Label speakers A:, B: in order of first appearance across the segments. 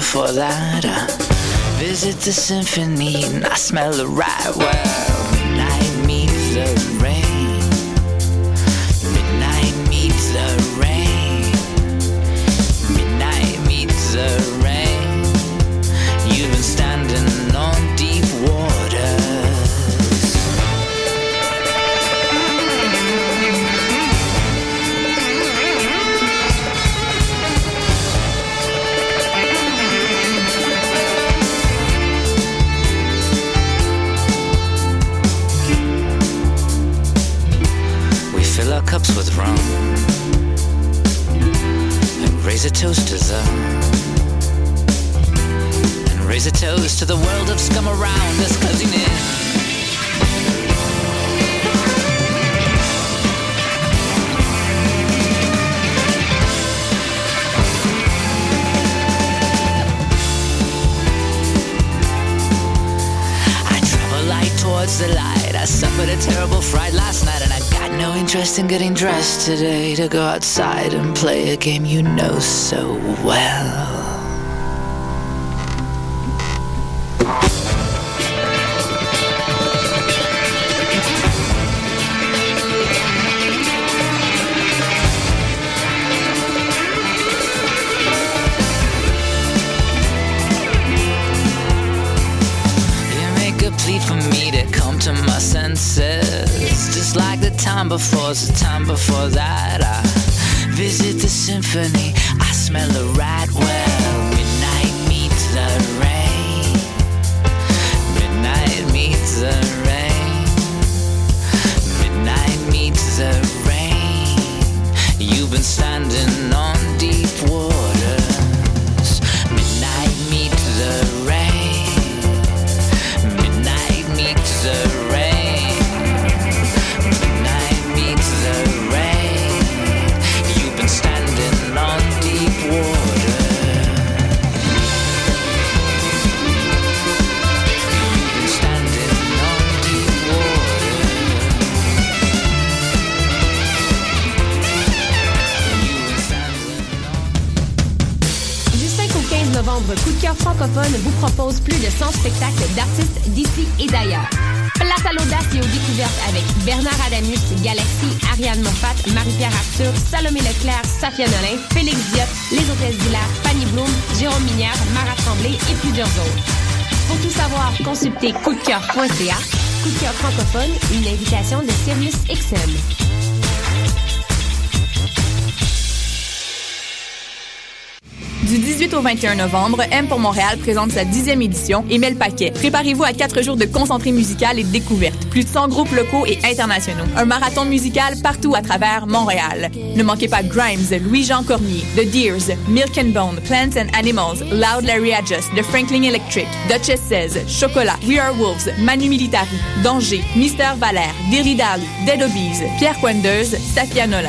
A: for that. I visit the symphony and I smell the right world. Midnight meets the rain. Midnight meets the rain. Midnight meets the rain. You've been standing on deep waters. We fill our cups with rum and raise a toast to the and raise a toast to the world of scum around us closing in. I travel light towards the light. I suffered a terrible fright last night, and I got no interest in getting dressed today to go outside and play a game you know so well. You make a plea for me to come to my senses. Just like the time before, the time before that. I visit the symphony, I smell the rat well. Midnight meets the rain. Midnight meets the rain. Midnight meets the rain. You've been standing on deep waters. Midnight meets the rain. Midnight meets the rain. Midnight meets the rain. You've been standing on deep water. You've been standing on deep water. You've been standing on
B: Du 5 au 15 novembre, Coup de cœur francophone vous propose plus de 100 spectacles d'artistes d'ici et d'ailleurs. Place à l'audace et aux découvertes avec Bernard Adamus, Galaxy, Ariane Moffat, Marie-Pierre Arthur, Salomé Leclerc, Safia Nolin, Félix Diop, Les Hôtesses Villard, Fanny Bloom, Jérôme Minière, Marat Tremblay et plusieurs autres. Pour tout savoir, consultez coupdecoeur.ca. Coup de cœur francophone, une invitation de Sirius XM.
C: Du 18 au 21 novembre, M pour Montréal présente sa dixième édition et met le paquet. Préparez-vous à quatre jours de concentré musical et de découverte. Plus de 100 groupes locaux et internationaux. Un marathon musical partout à travers Montréal. Ne manquez pas Grimes, Louis-Jean Cormier, The Deers, Milk and Bone, Plants and Animals, Loud Larry Adjust, The Franklin Electric, Duchess 16, Chocolat, We Are Wolves, Manu Militari, Danger, Mister Valère, Dilly Dally, Dead Obies, Pierre Quenders, Safia Nolin.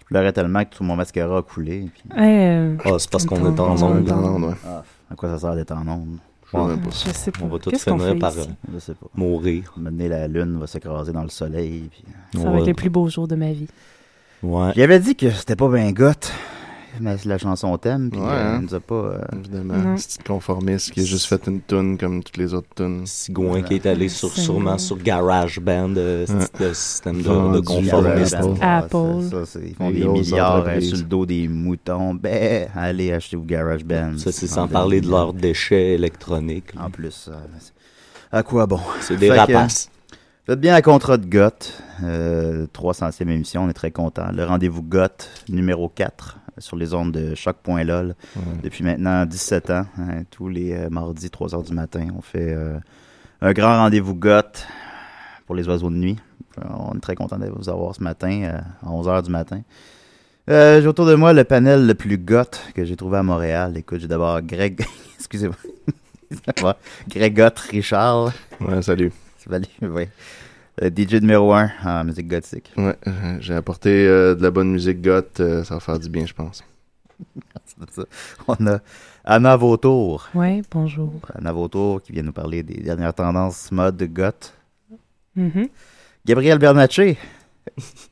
D: Je pleurais tellement que tout mon mascara a coulé. puis-
E: Ouais, euh,
F: Ah, c'est parce qu'on est en
E: Dans
F: onde. hein,
E: le-
G: Non, non, ouais.
D: Ah, à quoi ça sert d'être en onde?
G: Je sais même pas.
E: je sais pas.
F: On va tous
E: Qu'est-ce qu'on
F: finir
E: fait
F: par
E: ici?
F: euh,
D: Je sais pas.
F: mourir.
D: Maintenant, la lune va s'écraser dans le soleil. Puis...
E: Ça
F: Ouais.
E: va être les plus beaux jours de ma vie.
F: Ouais.
D: J'avais dit que c'était pas ben goth, mais c'est la chanson thème, puis
G: Ouais,
D: euh,
G: hein.
D: elle nous a pas... euh,
G: Évidemment,
E: Non.
G: c'est conformiste qui a juste fait une toune comme toutes les autres tunes.
F: Sigouin qui est allé sur,
E: C'est-
F: sûrement sur GarageBand, euh, c'est- le système de, de
G: Vendu
F: conformisme.
G: à Apple.
D: Ah, ça-
E: Apple.
D: Ça, c'est- ils font
G: Les
D: des
G: grosses
D: milliards euh,
G: entreprises.
D: sur le dos des moutons. Ben, allez acheter au GarageBand. Ah, ben,
F: Ça, c'est
D: En
F: sans parler de
D: deux mille.
F: leurs déchets électroniques. là.
D: En plus, euh, c'est- à quoi bon?
F: C'est des
D: Fait que,
F: rapaces.
D: Faites bien à contrat de GOT. Euh, 300e émission, on est très content. Le rendez-vous GOT numéro 4 sur les ondes de choc.lol depuis maintenant 17 ans. hein, tous les euh, mardis, 3 heures du matin, on fait euh, un grand rendez-vous GOT pour les oiseaux de nuit. Euh, On est très content de vous avoir ce matin, euh, à 11 heures du matin. Euh, j'ai autour de moi le panel le plus GOT que j'ai trouvé à Montréal. Écoute, j'ai d'abord Greg. Excusez-moi. D'abord, Greg Gott Richard.
G: Ouais, salut.
D: Salut, oui. Le DJ numéro 1 en musique gothique.
G: Ouais, euh, j'ai apporté euh, de la bonne musique goth, euh, ça va faire du bien, je pense.
D: C'est ça. On a Anna Vautour.
E: Ouais, bonjour.
D: Anna Vautour qui vient nous parler des dernières tendances mode goth.
E: Mhm.
D: Gabriel Bernatchez,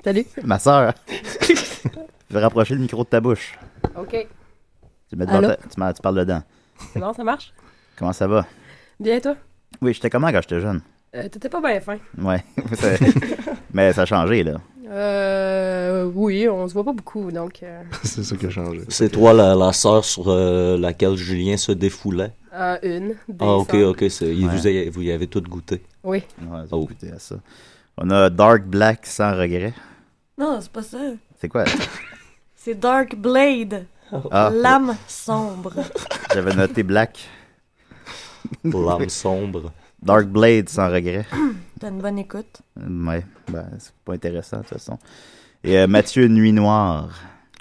H: Salut.
D: ma sœur. Je vais rapprocher le micro de ta bouche.
H: OK.
D: Tu, mets devant
H: Allô?
D: ta- tu, m'en- tu parles dedans.
H: C'est bon, ça marche?
D: Comment ça va?
H: Bien, toi?
D: Oui, j'étais comment quand j'étais jeune?
H: Euh, T'étais pas bien fin.
D: Ouais. Ça- Mais ça a changé, là.
H: Euh, oui, on se voit pas beaucoup, donc... euh,
G: c'est ça qui a changé.
F: C'est toi la, la sœur sur euh, laquelle Julien se défoulait.
H: euh, une, des
F: Ah, ok,
H: cent.
F: ok. c'est- il-
D: Ouais.
F: Vous, avez, vous y avez tout goûté.
H: Oui.
D: Ouais, j'ai
F: Oh.
D: goûté à ça. On a Dark Black sans regret.
H: Non, c'est pas ça.
D: C'est quoi?
H: C'est Dark Blade,
D: Ah,
H: l'âme sombre.
D: j'avais noté Black.
F: L'âme sombre.
D: Dark Blade sans regret.
H: T'as une bonne écoute.
D: Ouais, ben, c'est pas intéressant de toute façon. Et euh, Mathieu Nuit Noire.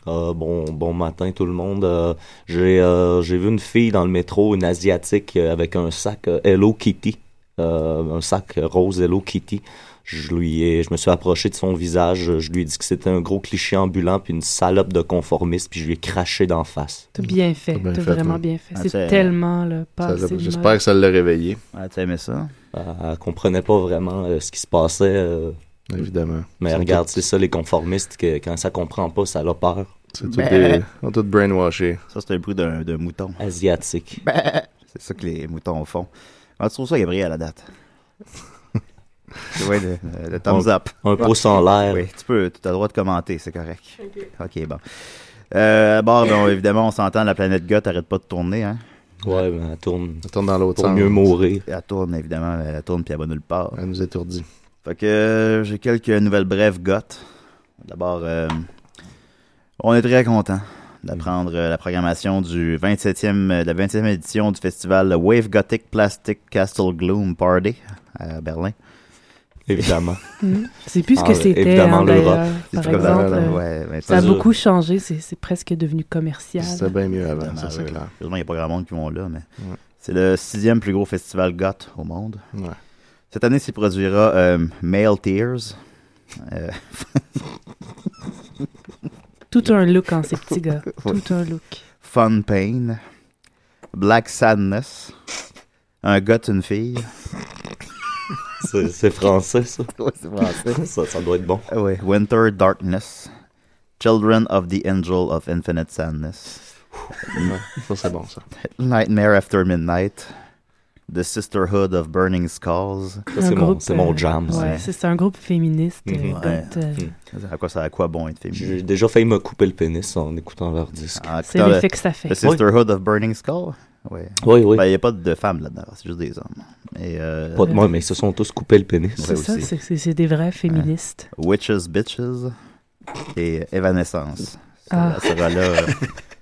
F: Euh, bon, bon matin tout le monde. Euh, J'ai euh, j'ai vu une fille dans le métro, une asiatique, euh, avec un sac euh, Hello Kitty, Euh, un sac rose Hello Kitty. Je lui ai, je me suis approché de son visage. Je lui ai dit que c'était un gros cliché ambulant puis une salope de conformiste puis je lui ai craché d'en face.
E: T'as bien fait.
G: T'as bien
E: T'as
G: fait,
E: vraiment
G: ouais.
E: bien fait.
D: Ah, c'est-
E: C'est tellement le
G: Ça
E: passé.
G: l'a-
E: de
G: J'espère
E: mode.
G: que ça l'a réveillé,
D: Ah, tu aimé ça?
F: Euh, elle comprenait pas vraiment euh, ce qui se passait. euh,
G: évidemment. Ils
F: mais
G: sont
F: regarde,
G: tous-
F: c'est ça les conformistes que quand ça comprend pas, ça l'a peur.
G: C'est tout
D: Ben.
G: des... Ils ont tous brainwashés.
D: Ça, c'est le bruit d'un d'un mouton. Ben,
F: Asiatique.
D: C'est ça que les moutons font. Comment tu trouves ça, Gabriel, à la date? Tu vois, le, le thumbs up.
F: Un pouce en l'air.
D: Oui, tu peux, tu as le droit de commenter, c'est correct. OK, bon. Euh, bon, ben, évidemment, on s'entend, la planète Goth arrête pas de tourner, hein.
F: Ouais, mais elle tourne
G: Ça tourne dans l'autre
F: pour
G: sens.
F: mieux mourir.
D: Elle tourne, évidemment, elle tourne puis elle va nulle part.
G: Elle nous étourdit.
D: Fait que euh, j'ai quelques nouvelles brèves goth. D'abord, euh, on est très content d'apprendre euh, la programmation du 27e, euh, de la 27e édition du festival Wave Gothic Plastic Castle Gloom Party à Berlin.
F: Évidemment.
E: Mhm. C'est plus ce
F: Ah,
E: que c'était,
F: évidemment,
E: hein,
F: l'Europe.
E: d'ailleurs.
D: C'est
E: Par
D: tout comme ça,
E: exemple,
G: là,
E: euh,
D: ouais, 27e.
E: ça a
F: Mesure.
E: beaucoup changé. C'est c'est presque devenu commercial.
G: C'était bien mieux avant, ça
D: Dommage,
G: c'est
D: ouais.
G: clair.
D: Heureusement, il n'y a pas grand monde qui vont là, mais
G: Ouais.
D: c'est le sixième plus gros festival goth au monde.
G: Ouais.
D: Cette année s'y produira euh, Male Tears. Euh,
E: Tout un look en ces petits gars. Tout un look.
D: Fun Pain, Black Sadness, un gars, une fille.
F: C'est c'est français, ça.
D: Ouais, c'est français.
F: ça. Ça doit être bon.
D: Ah ouais, Winter Darkness, Children of the Angel of Infinite Sadness,
G: Ça c'est bon ça.
D: Nightmare After Midnight, The Sisterhood of Burning Skulls.
F: Ça, C'est
E: Un
F: mon,
E: groupe,
F: c'est mon
E: euh,
F: jam. ça.
E: Ouais, c'est c'est un groupe féministe. euh,
F: Mhm.
D: Ouais.
E: goth, euh,
D: À quoi ça à quoi bon être féminin?
F: J'ai déjà failli me couper le pénis en écoutant leur disque.
D: Ah,
E: C'est
D: putain,
E: l'effet que ça
D: le- The
E: fait.
D: Sisterhood of Burning Skull? Ouais.
F: Oui, oui.
D: Ben, il n'y a pas de femmes là-dedans, c'est juste des hommes. Et, euh,
F: Pas de moi, mais ils se sont tous coupés le pénis.
E: C'est ça, c'est- c'est c'est des vrais féministes.
D: Witches, Bitches et Evanescence.
E: Ah.
D: Ça sera là euh,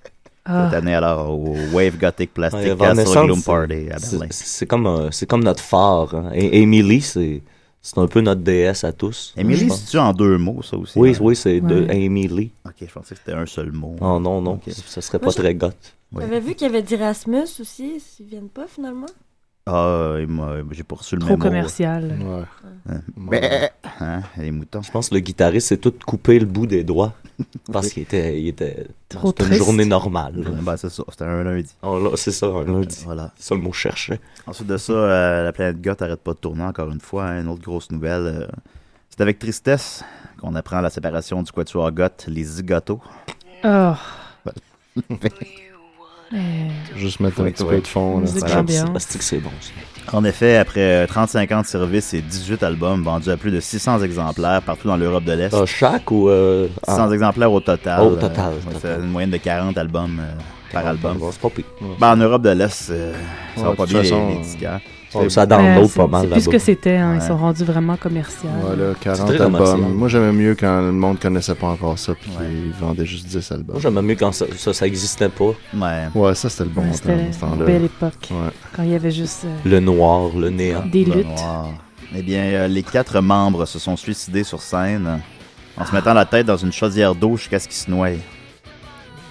E: Ah.
D: cette année, alors, au Wave Gothic Plastic
F: Ouais,
D: Castle
F: Evanescence,
D: Gloom Party à
F: c'est-
D: Berlin.
F: C'est comme, euh, c'est comme notre phare. hein. Et Emily, c'est c'est un peu notre déesse à tous.
D: Emily,
F: je pense.
D: c'est-tu en deux mots, ça aussi?
F: Oui,
D: hein?
F: oui, c'est de
D: Ouais.
F: Emily.
D: Ok, je pensais que c'était un seul mot.
F: Oh non, non,
D: Ok.
F: ça serait
I: Moi,
F: pas
I: je-
F: très goth.
I: J'avais vu qu'il y avait d'Erasmus aussi, s'ils viennent pas finalement.
D: Ah, il m'a- j'ai pas reçu le
E: Trop
D: même mot.
E: commercial.
D: Hein? Ben, hein, les moutons.
F: Je pense que le guitariste s'est tout coupé le bout des doigts parce qu'il était, il était
E: Trop
F: c'était une
E: triste.
F: journée normale.
D: Ben, c'est ça, c'était un lundi.
F: Oh là, c'est ça, un lundi.
D: Voilà.
F: C'est ça le mot que je cherchais.
D: Ensuite de ça, euh, la planète Goth arrête pas de tourner encore une fois. hein, une autre grosse nouvelle. euh, c'est avec tristesse qu'on apprend la séparation du quatuor Goth, les Zigotos.
E: Oh. Euh,
G: Juste mettre un
D: Oui,
G: petit
D: oui.
G: peu de fond. là.
E: Musique Voilà. ambiante.
F: Ah, C'est que c'est bon. ça.
D: En effet, après euh, 35 ans de service et 18 albums vendus à plus de 600 exemplaires partout dans l'Europe de l'Est.
F: Euh, chaque ou. euh,
D: 600
F: ah,
D: exemplaires au total.
F: Au total,
D: Euh, ouais,
F: total.
D: c'est une moyenne de 40 albums euh, par album.
F: bon, c'est pas pire.
D: Ben, en Europe de l'Est, euh, ça
G: Ouais,
D: va
G: de
D: pas
G: toute
D: bien les-
G: façon,
D: les disquaires.
F: ouais, ça
E: Ben,
F: download
E: c'est-
F: pas mal
E: C'est plus ce que
F: là-bas.
E: c'était, hein,
D: Ouais.
E: ils sont rendus vraiment commerciaux.
G: Voilà, 40
F: très
G: albums.
F: commercial.
G: Moi, j'aimais mieux quand le monde connaissait pas encore ça, puis qu'ils vendaient juste 10 albums.
F: Moi, j'aimais mieux quand ça, ça, ça existait pas.
D: Ouais.
G: Ouais, ça, c'était le bon
E: Ouais,
G: temps,
E: C'était
G: ce
E: une
G: temps-là.
E: belle époque,
G: Ouais.
E: quand il y avait juste euh,
F: Le noir, le néant.
E: des
D: Le
E: luttes.
D: noir. Eh bien, euh, les quatre membres se sont suicidés sur scène euh, en se mettant la tête dans une chaudière d'eau jusqu'à ce qu'ils se noient.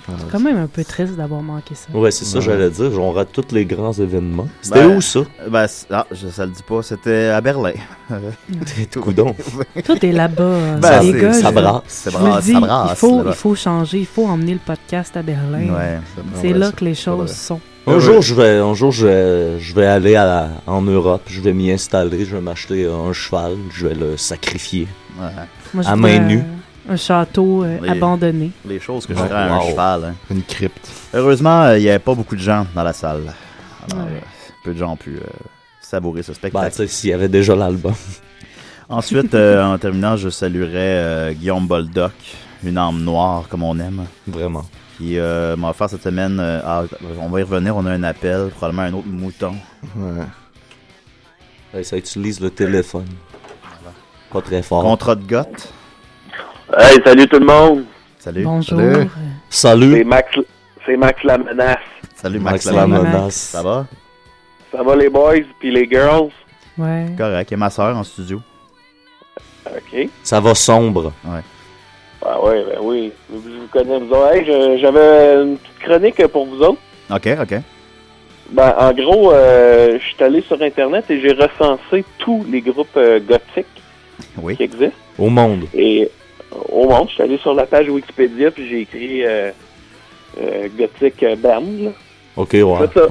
D: Euh,
E: C'est quand même un peu triste d'avoir manqué ça.
F: Ouais, c'est ça,
D: Ouais.
F: j'allais dire. On rate tous les grands événements. C'était
D: Ben,
F: où ça?
D: Ben, c- ah, je, ça le dit pas, c'était à Berlin.
F: Coudon.
E: Tout est là-bas, hein,
D: Ben,
E: les
D: c'est-
E: gars.
F: ça
E: je-
F: brasse.
D: C'est
E: je vous le
D: bra-
E: dis,
D: ça brasse.
E: il, faut,
D: là-bas.
E: il faut changer, il faut emmener le podcast à Berlin.
D: Ouais.
E: C'est
G: Ouais,
E: là
G: ça,
E: que les
G: c'est pas
E: choses
G: vrai.
E: sont.
F: Un jour, je vais, un jour, je vais, je vais aller à la- en Europe, je vais m'y installer, je vais m'acheter un cheval, je vais le sacrifier.
D: Ouais.
E: Moi, je
F: À
E: vois,
F: main
E: euh,
F: nue.
E: Un château euh,
D: Oui.
E: abandonné.
D: Les choses que je
F: Ouais.
D: ferais à un
F: Wow.
D: cheval. hein.
G: Une crypte.
D: Heureusement, euh, il n'y avait pas beaucoup de gens dans la salle. Alors,
E: Ouais.
D: euh, peu de gens ont pu euh, savourer ce
F: Bah,
D: spectacle.
F: tu sais, s'il y avait déjà l'album.
D: Ensuite, euh, en terminant, je saluerai euh, Guillaume Boldoc, une âme noire comme on aime.
F: Vraiment.
D: qui euh, m'a offert cette semaine. euh, ah, on va y revenir, on a un appel, probablement un autre mouton.
G: Ouais.
F: Ouais, Ça utilise le téléphone. Pas très fort.
D: Contrat de goth.
J: Hey, salut tout le monde!
D: Salut.
E: Bonjour.
G: Salut.
J: C'est
F: Eh, Salut,
J: Max, c'est Max la menace.
D: Salut
F: Max,
D: Max,
F: la
D: Lamont.
F: menace.
D: Ça va?
J: Ça va les boys puis les girls?
E: Ouais.
D: Correct. Et ma soeur en studio.
J: OK.
F: Ça va sombre.
J: Ah ouais, ben oui. Je vous connais, vous autres. Hey, je- j'avais une petite chronique pour vous autres.
D: Ok, ok.
J: Ben, en gros, euh, je suis allé sur Internet et j'ai recensé tous les groupes euh, gothiques
D: Oui.
J: qui existent.
F: Au monde.
J: Et euh, au monde, je suis allé sur la page Wikipédia puis j'ai écrit euh, euh, Gothic Band. là.
F: Ok, ouais.
J: C'est ça.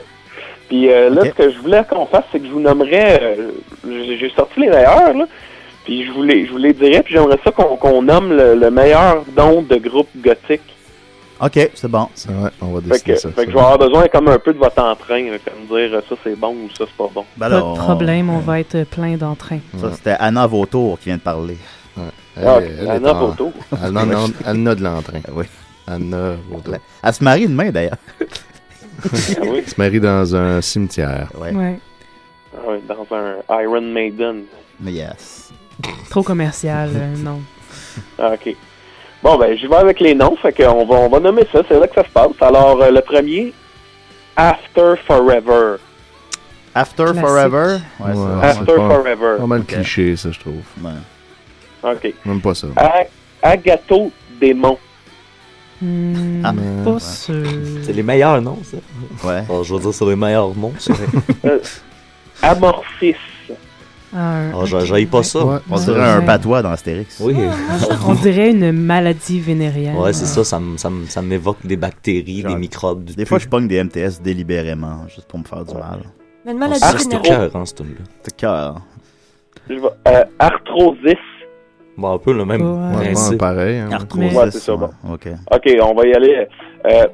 J: Puis euh, là,
D: Ok.
J: ce que je voulais qu'on fasse, c'est que je vous nommerais. euh, j'ai- J'ai sorti les meilleurs, là. Puis je vous les, je vous les dirais, puis j'aimerais ça qu'on qu'on nomme le, le meilleur don de groupe gothique.
D: Ok, c'est bon.
G: C'est vrai, on va dessiner
J: Fait que,
G: ça.
J: fait que
G: ça.
J: je vais avoir besoin comme un peu de votre entrain, euh, comme dire euh, ça c'est bon ou ça c'est pas bon.
D: Ben
E: Pas
D: alors,
E: de
D: on-
E: problème, on va être plein d'entrain.
D: Ça, c'était Anna Vautour qui vient de parler.
G: Elle,
J: Ah,
G: elle est
J: Anna
G: en-
J: Vautour.
G: Elle en- en- elle n'a de l'entrain.
D: Oui.
G: Anna Vautour.
D: Elle se marie demain, d'ailleurs.
J: Ah oui,
G: Elle se marie dans un cimetière.
D: Ouais.
E: Ouais.
J: Ah oui, dans un Iron Maiden.
D: Mais yes.
E: Trop commercial, euh, non.
J: Ah, ok. Bon ben j'y vais avec les noms, fait qu'on va on va nommer ça, c'est là que ça se passe. Alors euh, le premier, After Forever.
D: After
E: Classique.
D: Forever. Ouais,
G: Ouais.
D: c'est-
J: After
G: c'est pas-
J: Forever.
G: Pas mal cliché, ça, je trouve.
D: ouais.
J: Ok.
G: Même pas ça.
J: A- Agatho Démon.
E: Hmm,
D: Ah,
G: mais-
E: pas
G: ouais.
E: sûr.
F: C'est les meilleurs noms, ça.
D: Ouais.
F: Oh, je veux dire, c'est les meilleurs noms, ça.
J: Euh, Amorphis.
E: Ah, un-
F: Oh, j'a- j'haïs pas ça.
G: Ouais.
D: On
E: Ouais.
D: dirait un patois dans Astérix.
F: Oui.
E: On dirait une maladie vénérienne.
F: Ouais, c'est ça, ça, me- ça, me- ça m'évoque des bactéries, des
D: Genre-
F: microbes. du
D: Des
F: pu.
D: fois, je pogne des MTS délibérément, juste pour me faire du mal.
I: Mais une
F: Oh,
I: maladie
F: ça, c'était
I: générale.
F: cœur, hein, ce tune-là.
D: C'est cœur.
J: Je vais- euh, Arthrosis.
F: Bon, un peu le même
E: Ouais.
G: Ouais,
F: principe.
G: bon, pareil. hein.
D: Arthrosis.
J: Ouais, c'est ça, bon.
D: Ok.
J: Ok, on va y aller. Euh,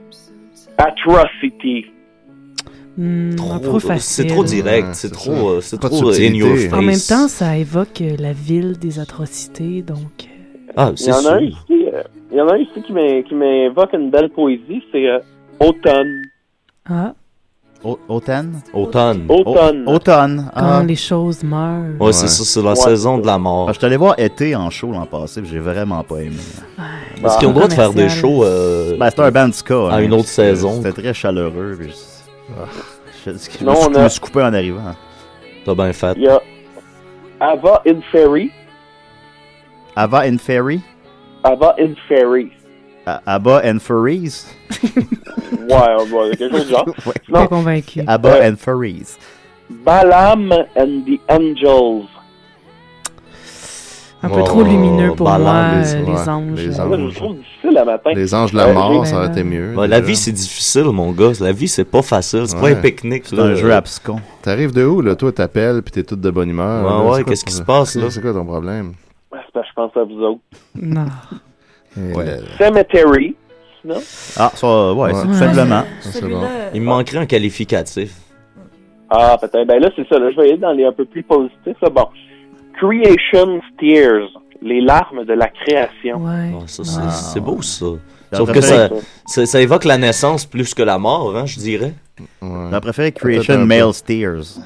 J: Atrocity.
E: Hmm,
F: Trop-
E: un peu facile.
F: Oh, c'est trop direct,
G: Ouais,
F: c'est
G: c'est
F: trop,
G: ça.
F: euh, c'est
G: Pas de
F: trop euh, in
G: subtilité. hein.
F: your face.
E: En même temps, ça évoque euh, la ville des atrocités, donc... euh,
F: ah,
J: Il y
F: c'est
J: en a un
F: sûr.
J: ici. euh, Il y en a un ici qui m'in- qui m'invoque une belle poésie, c'est euh, Automne.
E: Ah,
D: Au- Automne?
F: Automne.
D: Automne. Automne. Ah,
E: Quand les choses meurent.
F: Ouais, c'est ça, c'est la saison de la mort.
D: Ah, je suis allé voir été en show l'an passé, puis j'ai vraiment pas aimé.
F: Parce qu'ils ont le droit de faire des shows, euh,
D: ben, c'était un band ska.
F: à
D: hein,
F: une autre
D: c'était-
F: saison.
D: C'était très chaleureux. puis je- Ah, je, je
J: Non,
D: me suis-
J: on
D: je
J: a-
D: me suis coupé en arrivant.
F: T'as bien fait.
J: Il y a Ava in Fairy.
D: Ava and Fairy?
J: Ava in Fairy.
D: A- Abba and Furries?
J: Ouais, ouais, quelque chose de genre.
D: Ouais.
J: Sinon,
D: Abba
J: Euh,
D: and Furries.
J: Balaam and the Angels.
E: Un peu trop lumineux pour moi,
G: balade,
E: euh,
G: les-
E: les
G: ouais,
E: anges.
G: les
E: euh,
G: anges.
J: Je le trouve difficile le matin.
G: Les anges de la
J: Euh,
G: mort,
J: j'ai-
G: ça aurait été mieux.
F: Ouais, la vie, c'est difficile, mon gars. La vie, c'est pas facile. C'est pas un pique-nique. là.
D: abscon.
G: T'arrives de où, là? Toi, t'appelles, puis t'es toute de bonne humeur.
F: Ouais,
G: là.
F: ouais,
G: C'est quoi
F: qu'est-ce
G: ton-
F: qui se passe, là?
G: C'est quoi ton problème?
J: Ouais, Ah, c'est parce que je pense à vous autres.
E: Non.
J: Cemetery. Sinon.
D: Ah, ça, ouais,
J: c'est tout simplement. Celui-là,
F: Il me manquerait un qualificatif.
J: Ah, peut-être. Ben là, c'est ça. Là, je vais aller dans les un peu plus positifs. là. Bon. Creation Tears. Les larmes de la création.
F: Ouais, ça, c'est
J: Ah.
F: c'est beau, ça.
J: J'aurais
F: Sauf que ça,
J: préféré-
F: ça, ça évoque la naissance plus que la mort, hein, je dirais.
D: J'aurais préféré Creation Male Steers.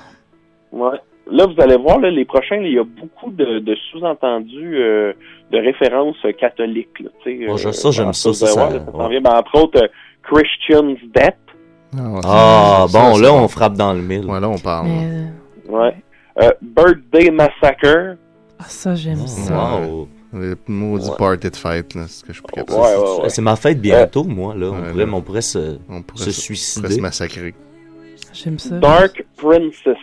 J: Ouais. Là, vous allez voir, là, les prochains, là, il y a beaucoup de, de sous-entendus euh, de références euh, catholiques. Là, tu sais,
F: Ouais, je-
J: euh,
F: ça, j'aime
J: dans
F: ça,
J: ce que
F: ça,
J: vous
F: ça-
J: allez voir, là, ça s'en
F: ouais.
J: vient. Ben, entre autres, euh, Christian's Death.
F: Ah,
J: ça,
F: bon,
J: ça,
F: là,
J: ça.
F: on frappe dans le mille. Ouais,
G: là, on parle.
J: Ouais. Euh, Birthday Massacre.
E: Ah, ça,
G: Oh,
E: j'aime ça.
F: Oh, Wow.
G: Le maudit party de fête, là, c'est ce que je suis capable
F: Ouais, ouais, ouais. C'est ma fête bientôt, moi, là. On pourrait- on pourrait se- se
G: On
F: suicider.
G: pourrait se massacrer.
E: J'aime ça.
J: Dark Princess.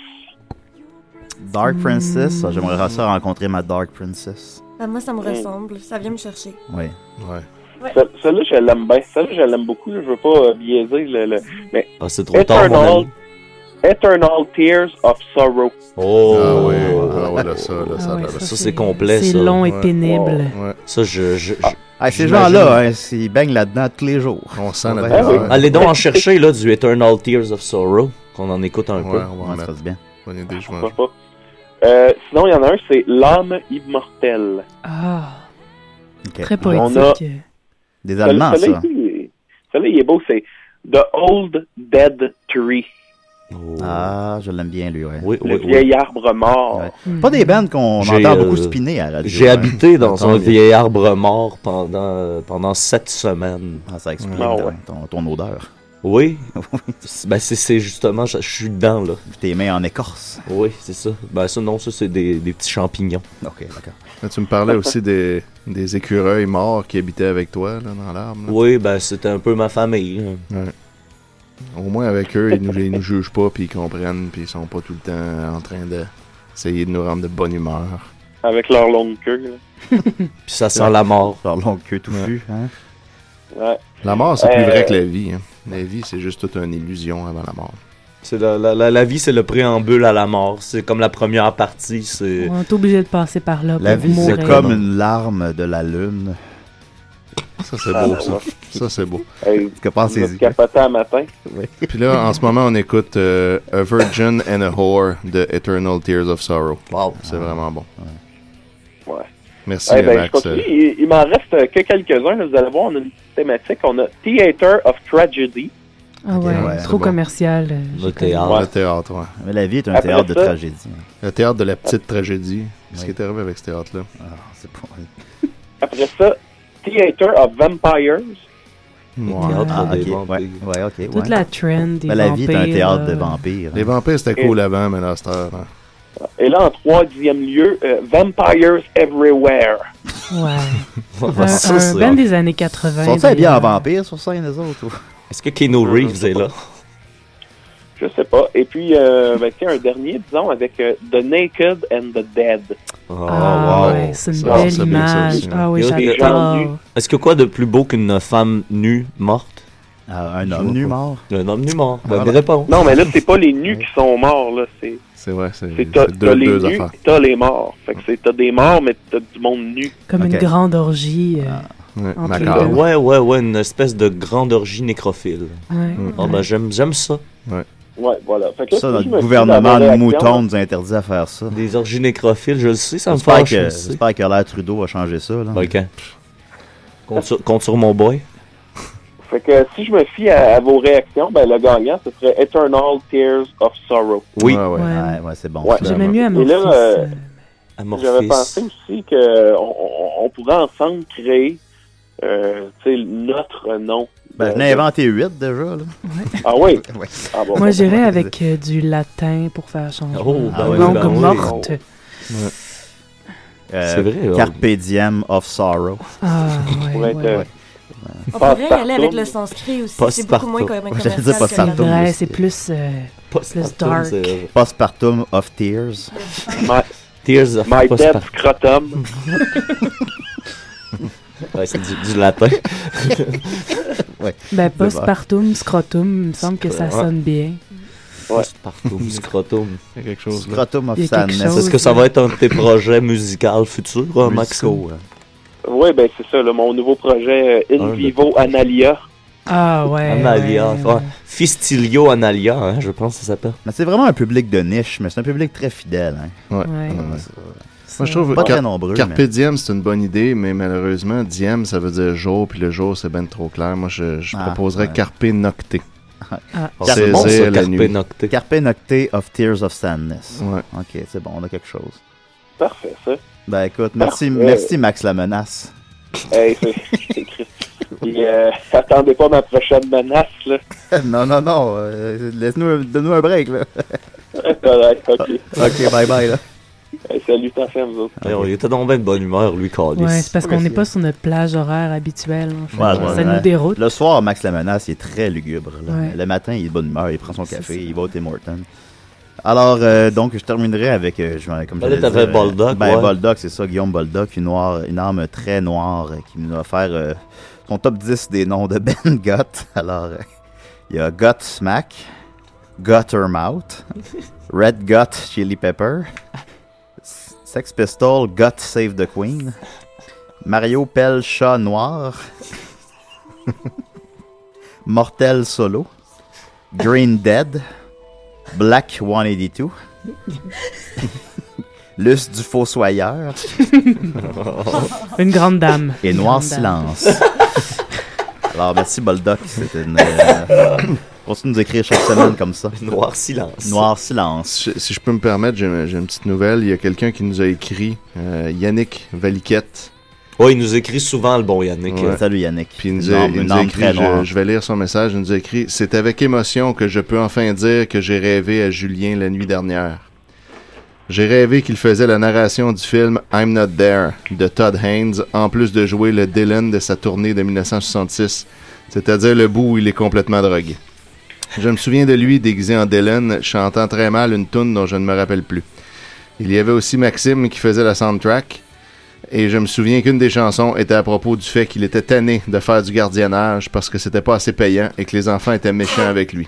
D: Dark Princess. Ah, J'aimerais ça rencontrer ma Dark Princess.
I: Ben, moi, ça me ressemble. Ça vient me chercher.
D: Ouais.
G: Ouais.
I: Ouais.
J: Ce- Celle-là, je l'aime bien. Celle-là, je l'aime beaucoup. là. Je veux pas euh, biaiser. Le, le- Mais
F: Ah, c'est trop tard, mon ami.
J: Eternal Tears of Sorrow.
F: Oh,
G: Ah ouais, ah ouais, là, ça, là, ça, là,
F: Ben, ça,
G: ça,
F: c'est
G: c'est-
F: complet, ça.
G: c'est long et
F: Ouais.
E: pénible.
F: Ça, je. je, je-
D: Ah, ces
F: j'imagine-
D: gens-là, hein, ils baignent là-dedans tous les jours.
G: On sent la
F: Ah oui. Allez donc en chercher, là, du Eternal Tears of Sorrow, qu'on en écoute un
G: Ouais,
F: peu.
G: on va en Ça mettre.
D: passe bien. Ah,
G: On est des joueurs.
J: Pourquoi pas? Euh, sinon, il y en a un, c'est L'âme immortelle.
E: Ah.
D: Ok.
E: Très
J: On a-
E: poétique.
D: Des Allemands,
J: Celui-
D: ça.
J: celui-là, il est- Celui-là, il est beau. C'est The Old Dead Tree.
D: Ah, je l'aime bien, lui, ouais.
F: Oh. Oui,
J: Le vieil arbre mort.
D: Pas des bandes qu'on
F: J'ai,
D: entend beaucoup
F: euh,
D: spinner à la radio,
F: J'ai
D: hein.
F: habité dans
D: Attends,
F: un
D: mais-
F: vieil arbre mort pendant, euh, pendant sept semaines.
D: Ah, ça explique
F: Ah,
D: ton-
F: ouais.
D: ton, ton odeur.
F: Oui. C'est- ben c'est- c'est justement, je, je suis dedans, là.
D: Tes mains en écorce.
F: Oui, c'est ça. Ben ça, non, ça, c'est des, des petits champignons.
D: Ok, d'accord.
G: Là, tu me parlais aussi des, des écureuils morts qui habitaient avec toi, là, dans l'arbre. là.
F: Oui, ben c'était un peu ma famille. hein.
G: Ouais. Au moins, avec eux, ils nous, ils nous jugent pas, puis ils comprennent, puis ils sont pas tout le temps en train de essayer de nous rendre de bonne humeur.
J: Avec leur longue queue.
F: Puis ça sent la mort.
D: Leur longue queue touffue, hein.
J: là. Ouais.
G: La mort, c'est plus
J: Euh,
G: vrai que la vie. hein. La vie, c'est juste toute une illusion avant la mort.
F: C'est la, la, la, la vie, c'est le préambule à la mort. C'est comme la première partie, c'est...
E: On est obligé de passer par là
D: La
E: pour
D: vie,
E: mourir.
D: c'est comme une larme de la lune.
G: Ça, c'est
J: Ah,
G: beau,
J: ouais.
G: ça. Ça, c'est beau.
J: Hey,
D: que
J: vous êtes capoté à matin.
G: Puis là, en ce moment, on écoute euh, A Virgin and a Whore de Eternal Tears of Sorrow. C'est vraiment bon.
J: Ouais.
G: Merci,
J: Eh ben, je
F: euh.
G: Max.
J: continue. Il, il m'en reste euh, que quelques-uns. là. Vous allez voir, on a une petite thématique. On a Theater of Tragedy.
E: Ah ouais,
G: Ouais,
E: trop
G: c'est bon.
E: commercial. euh, j'ai connu.
G: Le théâtre, ouais.
D: Mais la vie est un
G: Après
D: théâtre de
G: ça-
D: tragédie. hein.
G: Le théâtre de la petite tragédie. Qu'est-ce
D: Oui. Ah,
G: qui est arrivé avec ce théâtre-là?
D: c'est pas...
J: Après ça, Theater of Vampires.
F: théâtre
D: Ah,
F: des
D: ok,
F: vampires.
D: ouais, ouais, ok,
E: Toute
D: ouais.
E: la trend des
D: Ben, la vie est un
E: vampires, euh,
D: théâtre
E: là.
D: de vampires. hein.
G: Les vampires, c'était cool avant, mais là, c'est hein.
J: Et là, en troisième lieu, euh, Vampires Everywhere.
E: Ouais.
F: Ouais, ça,
E: un un
F: c'est-
E: band des années euh, 80.
D: Sont-ils habillés
E: d'ailleurs.
D: en vampires sur scène, les autres? ou?
F: Est-ce que Keanu Reeves est là?
J: Je sais pas. Et puis, euh, ben, tiens, un dernier, disons, avec euh, The Naked and the Dead.
E: Ah, ouais, c'est une belle image. ah oui,
F: hein. Et-
E: j'adore.
F: Est-ce que quoi de plus beau qu'une femme nue morte?
D: un homme nu mort.
F: Un homme nu mort. Bonne
J: Voilà.
F: réponse.
J: Non, mais là, c'est pas les nus qui sont morts, là. C'est
G: C'est vrai, c'est
J: c'est t'as
G: c'est
J: t'as
G: deux,
J: les
G: deux
J: nus
G: affaires.
J: pis t'as les morts. Fait que c'est t'as des morts, mais t'as du monde nu.
E: Comme une grande orgie. euh,
G: Ouais,
E: entre les
F: Macabre.
E: deux.
F: Ah. Ouais, ouais, ouais, une espèce de grande orgie nécrophile.
E: Ouais.
F: Oh, ben, j'aime, j'aime ça.
G: Ouais.
J: Ouais, voilà. Fait que là,
D: Ça,
J: si je
D: notre
J: me fie
D: gouvernement
J: dans la
D: de
J: réaction,
D: moutons nous interdit à faire ça.
F: Des orgies nécrophiles, je le sais, ça me
D: J'espère
F: fâche. je
D: que,
F: le sais.
D: j'espère que l'air Trudeau a changé ça. Là.
F: Ok. Compte sur, compte sur mon boy.
J: Fait que si je me fie à, à vos réactions, ben, le gagnant, ce serait Eternal Tears of Sorrow.
D: Oui. Ouais, ouais, ouais. ouais, c'est bon.
J: Ouais.
D: ça.
E: J'aimais mieux
J: Et
E: Amorphis.
J: là, euh,
F: Amorphis.
J: j'avais pensé aussi que on, on- on pourrait ensemble créer euh, tu sais, notre nom. Euh,
D: Ben, j'en ai inventé 8 déjà. Là.
J: Ah oui? Ah bon,
E: Moi,
J: bon,
E: j'irais
J: bon.
E: avec euh, du latin pour faire changer.
F: Oh, ben
E: Ah,
F: oui,
E: donc,
F: ben oui.
E: morte.
D: Euh,
F: C'est vrai,
D: Carpe diem of sorrow.
E: Ah, ouais,
J: Pour être,
E: ouais.
J: euh,
I: On pourrait y aller avec le sanskrit aussi. C'est beaucoup moins
D: Postpartum.
I: commun-
D: J'allais dire
I: commercial. que
D: postpartum.
I: le-
E: Ouais, c'est plus, euh, plus dark.
D: Postpartum of tears.
J: My,
F: Tears of
J: my dead
F: Postpartum.
J: scrotum.
F: Ouais, c'est du, du latin.
D: ouais.
E: Ben, postpartum, scrotum, il me semble que ça
F: Ouais.
E: sonne bien.
F: Postpartum, scrotum. Il y a quelque chose.
D: là. Scrotum of
E: Il y a quelque sadness. chose,
F: Est-ce que ça
E: là.
F: va être un de tes projets musicaux futurs, hein, Maxo?
J: Oui, ben c'est ça, là, mon nouveau projet euh, In
F: Un,
J: Vivo Analia.
E: Ah, ouais.
F: Analia.
E: ouais,
F: ouais. Fistilio Analia, hein, je pense que ça s'appelle.
D: Mais c'est vraiment un public de niche, mais c'est un public très fidèle. Hein.
G: Ouais.
E: Ouais.
G: Moi, je trouve
D: pas
G: que
D: très
G: Car-
D: nombreux.
G: Carpe
D: mais-
G: diem, c'est une bonne idée, mais malheureusement, diem, ça veut dire jour, puis le jour, c'est ben trop clair. Moi, je, je
D: Ah,
G: proposerais
D: ouais.
G: carpe nocte.
E: Ah.
D: Carpe-
G: Saisir
F: bon, ça,
G: la
F: Carpe
G: nuit.
F: Nocte.
D: Carpe Nocte of Tears of Sadness.
G: Ouais.
D: Ok, c'est bon, on a quelque chose.
J: Parfait, ça.
D: Ben écoute, merci,
J: Parfait.
D: merci Max la menace.
J: Hey, c'est c'est Christ. Et euh, attendez pas ma prochaine menace, là.
D: non, non, non, euh, laisse-nous, donne-nous un break là.
J: Correct, ok.
D: ok, bye bye là.
J: Hey, salut, ta femme, vous autres.
F: Ouais, on- Il était dans bien de bonne humeur, lui, Carlis.
E: Ouais, c'est parce qu'on n'est pas sur notre plage horaire habituelle. en fait.
D: Ouais,
E: ça
D: ouais, ouais.
E: nous déroute.
D: Le soir, Max la menace, il est très lugubre. là.
E: Ouais.
D: Le matin, il est de bonne humeur, il prend son café, il va au Tim Hortons. Alors, euh, donc, je terminerai avec, euh, je, m'en- comme je
F: Là,
D: l'ai
F: t'avais
D: dit,
F: Boldoc,
D: Ben,
F: ouais.
D: Boldoc, c'est ça, Guillaume Boldoc, une, noire, une arme très noire euh, qui nous a offert euh, son top 10 des noms de Ben Gott. Alors, euh, il y a Gut Smack, Gutter Mouth, Red Gut Chili Pepper, S- Sex Pistol, Gut Save the Queen, Mario Pelle Chat Noir, Mortel Solo, Green Dead, Black 182, Luce du Fossoyeur
E: Une grande dame.
D: et
E: Une
D: Noir
E: grande
D: Silence. Alors, merci Boldoc. C'était une. euh, Continue de nous écrire chaque semaine comme ça.
F: Noir silence.
D: Noir silence.
G: Si, si je peux me permettre, j'ai j'ai une petite nouvelle. Il y a quelqu'un qui nous a écrit, euh, Yannick Valiquette.
F: Ouais, il nous écrit souvent, le bon Yannick.
G: Ouais.
D: euh, Salut Yannick.
G: Puis il nous a,
D: Une arme-
G: il
D: une
G: nous a
D: arme
G: écrit,
D: très
G: je,
D: noire.
G: je vais lire son message, il nous a écrit « C'est avec émotion que je peux enfin dire que j'ai rêvé à Julien la nuit dernière. J'ai rêvé qu'il faisait la narration du film I'm Not There de Todd Haynes, en plus de jouer le Dylan de sa tournée de 1966, c'est-à-dire le bout où il est complètement drogué. Je me souviens de lui déguisé en Dylan, chantant très mal une tune dont je ne me rappelle plus. Il y avait aussi Maxime qui faisait la soundtrack. Et je me souviens qu'une des chansons était à propos du fait qu'il était tanné de faire du gardiennage parce que c'était pas assez payant et que les enfants étaient méchants avec lui.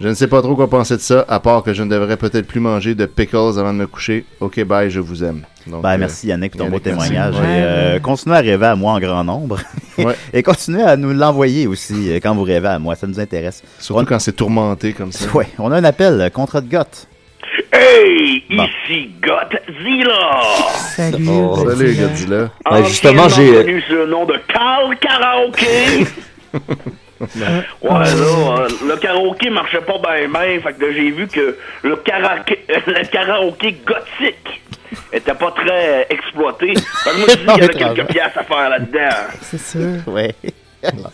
G: Je ne sais pas trop quoi penser de ça, à part que je ne devrais peut-être plus manger de pickles avant de me coucher. Ok, bye, je vous aime. Donc,
D: Ben,
G: euh,
D: merci Yannick pour ton beau
G: Yannick, merci.
D: témoignage.
E: Ouais,
D: Et, euh,
E: ouais.
D: Continuez à rêver à moi en grand nombre.
G: Ouais.
D: Et continuez à nous l'envoyer aussi euh, quand vous rêvez à moi. Ça nous intéresse.
G: Surtout quand c'est tourmenté comme ça.
D: Ouais, on a un appel. euh, Contrat de goth.
K: Hey,
D: Bon.
K: ici Godzilla!
E: Salut.
F: Oh,
G: Salut, Godzilla.
F: Ouais, justement,
K: Anciennement
F: j'ai.
K: connu sous le nom de Carl Karaoke. ouais, là, euh, le karaoké marchait pas bien, bien. Fait que là, j'ai vu que le karaoké, le karaoké gothique était pas très exploité. Fait que moi, je me suis dit qu'il y avait quelques pièces à faire là-dedans.
E: C'est sûr.
D: Ouais.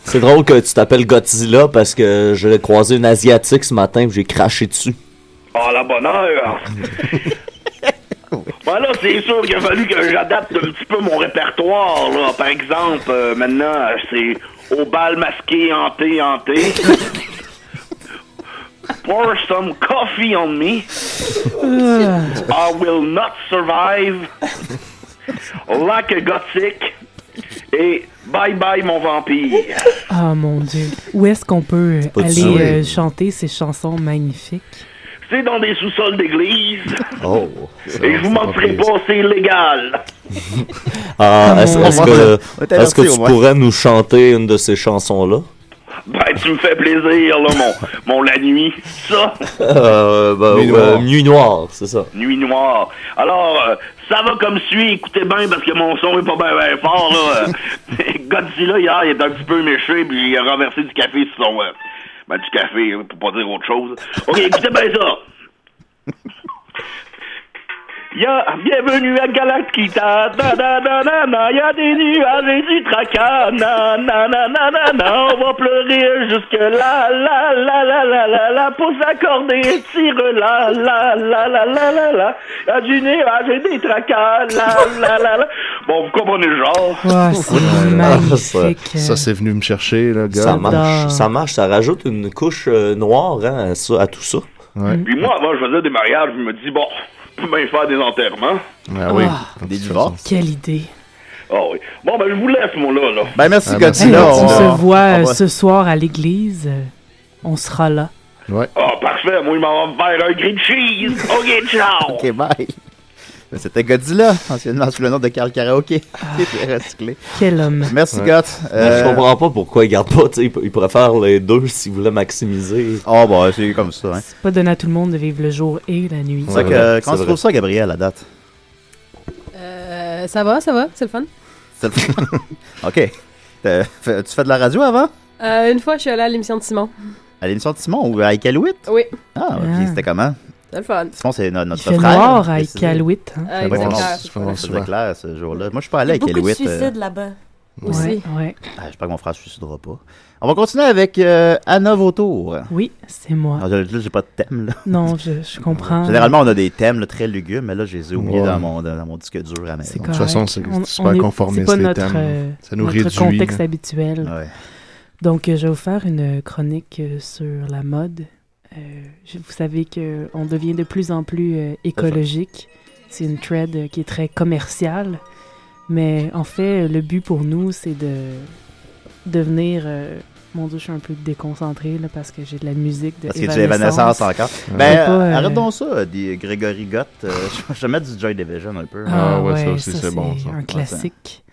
F: C'est drôle que tu t'appelles Godzilla parce que je l'ai croisé une Asiatique ce matin et j'ai craché dessus.
K: Ah, la bonne heure! Ben là, c'est sûr qu'il a fallu que j'adapte un petit peu mon répertoire, là. Par exemple, euh, maintenant, c'est au bal masqué, hanté, hanté. Pour some coffee on me. I will not survive. Like a gothic. Et bye bye, mon vampire.
E: Ah, mon Dieu. Où est-ce qu'on peut
F: pas du
E: aller
F: tout.
E: euh, chanter ces chansons magnifiques?
K: C'est dans des sous-sols d'église.
F: Oh.
K: Et je vous mentirai pas, c'est illégal.
F: Ah, est-ce est-ce que,
D: On est averti,
F: est-ce que
D: au
F: tu
D: moins.
F: pourrais nous chanter une de ces chansons-là?
K: Ben, tu me fais plaisir, là, mon, mon la nuit. Ça,
F: Euh, ben,
G: Nuit
F: ouais,
G: noire.
F: Nuit Noire, c'est ça.
K: nuit noire. Alors, euh, Ça va comme suit, écoutez bien parce que mon son est pas bien ben fort là. Euh, Godzilla hier, il est un petit peu méché puis il a renversé du café sur son euh, ben du café hein, pour pas dire autre chose. OK, écoutez bien ça. Ya, bienvenue à Galactica, na na na na na, y'a des nuages et du tracas, na na na na na na, on va pleurer jusque là, la la la la la la, pour s'accorder, tire la la la la la la la, y'a du nuage et des tracas, la la la la. Bon, vous comprenez le genre.
E: Ah,
G: ça,
D: Ah,
G: ça, c'est venu me chercher, là, gars.
F: Ça marche, ça marche, ça rajoute une couche euh, noire hein, à, ça- à tout ça.
E: Mm.
K: Puis moi, avant, je faisais des mariages, je me dis, bon, je peux bien faire des enterrements.
D: Ben
G: Ah oui.
K: Des divorces.
E: Quelle idée.
K: Ah oui. Bon, ben, je vous laisse, moi, là, là.
D: Ben, merci,
G: Ah,
E: Hey,
G: Godzilla.
E: on
G: on va-
E: se voit
G: on
E: euh,
G: va-
E: ce soir à l'église. euh, On sera là.
G: Ouais.
K: Ah, parfait. Moi, il m'en va me faire un green cheese. OK, ciao.
D: Ok, bye. Mais C'était Godzilla, anciennement sous le nom de Karl Karaoke.
H: Ah.
D: Il est recyclé.
E: Quel homme.
D: Merci, Euh,
F: Ouais.
D: Goth.
F: Mais Je comprends pas pourquoi ils gardent pas. tu sais, Ils ils pourraient faire les deux s'ils voulaient maximiser.
D: Ah, oh, bah, c'est comme ça. Hein.
E: C'est pas donné à tout le monde de vivre le jour et la nuit.
D: C'est ça que,
F: vrai,
D: comment
F: c'est
D: tu
F: vrai.
D: trouves ça, Gabriel, à date?
H: Euh, ça va, ça va, c'est le fun.
D: C'est le- ok. T'as- fais- Tu fais de la radio avant?
H: Euh, une fois, je suis allée à l'émission de Simon.
D: À l'émission de Simon ou à Iqaluit?
H: Oui,
D: Ah, puis c'était comment?
H: c'est le fun.
D: Simon, c'est no- notre
E: Il fait
D: frère.
E: noir à
D: précisément.
E: Iqaluit, hein.
H: Ah,
D: Ça va être
H: exact.
D: noir.
H: Ah, c'est
G: pas
D: C'était
G: souvent.
D: clair ce jour-là. Moi, je suis pas allé à
I: Beaucoup de
D: Iqaluit. euh,
I: suicides là-bas.
H: Aussi.
E: Ouais.
D: ah, J'espère que mon frère ne suicidera pas. On va continuer avec euh, Anna Vautour.
E: Oui, c'est moi.
D: Alors, là, j'ai pas de thème. Là. Euh,
E: Non, je, je comprends.
D: Généralement, on a des thèmes là, très lugubres, mais là, je les ai oubliés
G: Ouais.
D: dans, mon, dans mon disque dur à la maison.
E: C'est
G: De toute façon, c'est
E: correct. On-
G: super
E: on est-
G: conformiste,
E: C'est pas
G: les
E: notre,
G: thèmes.
E: euh,
G: Ça nous
E: notre
G: réduit,
E: contexte
G: là.
E: habituel.
D: Ouais.
E: Donc, euh, je vais vous faire une chronique euh, sur la mode. Euh, je- vous savez que on devient de plus en plus euh, écologique. C'est une trade euh, qui est très commerciale. Mais en fait, euh, le but pour nous, c'est de devenir... euh, mon Dieu, je suis un peu déconcentrée là, parce que j'ai de la musique de
D: Parce que tu es naissance encore.
E: Ouais.
D: Ben,
E: C'est pas, euh,
D: arrête donc ça, des Grégory Gott. euh, je vais mettre du Joy Division un peu.
G: Ah ouais, ça aussi, c'est bon, ça.
E: Un classique.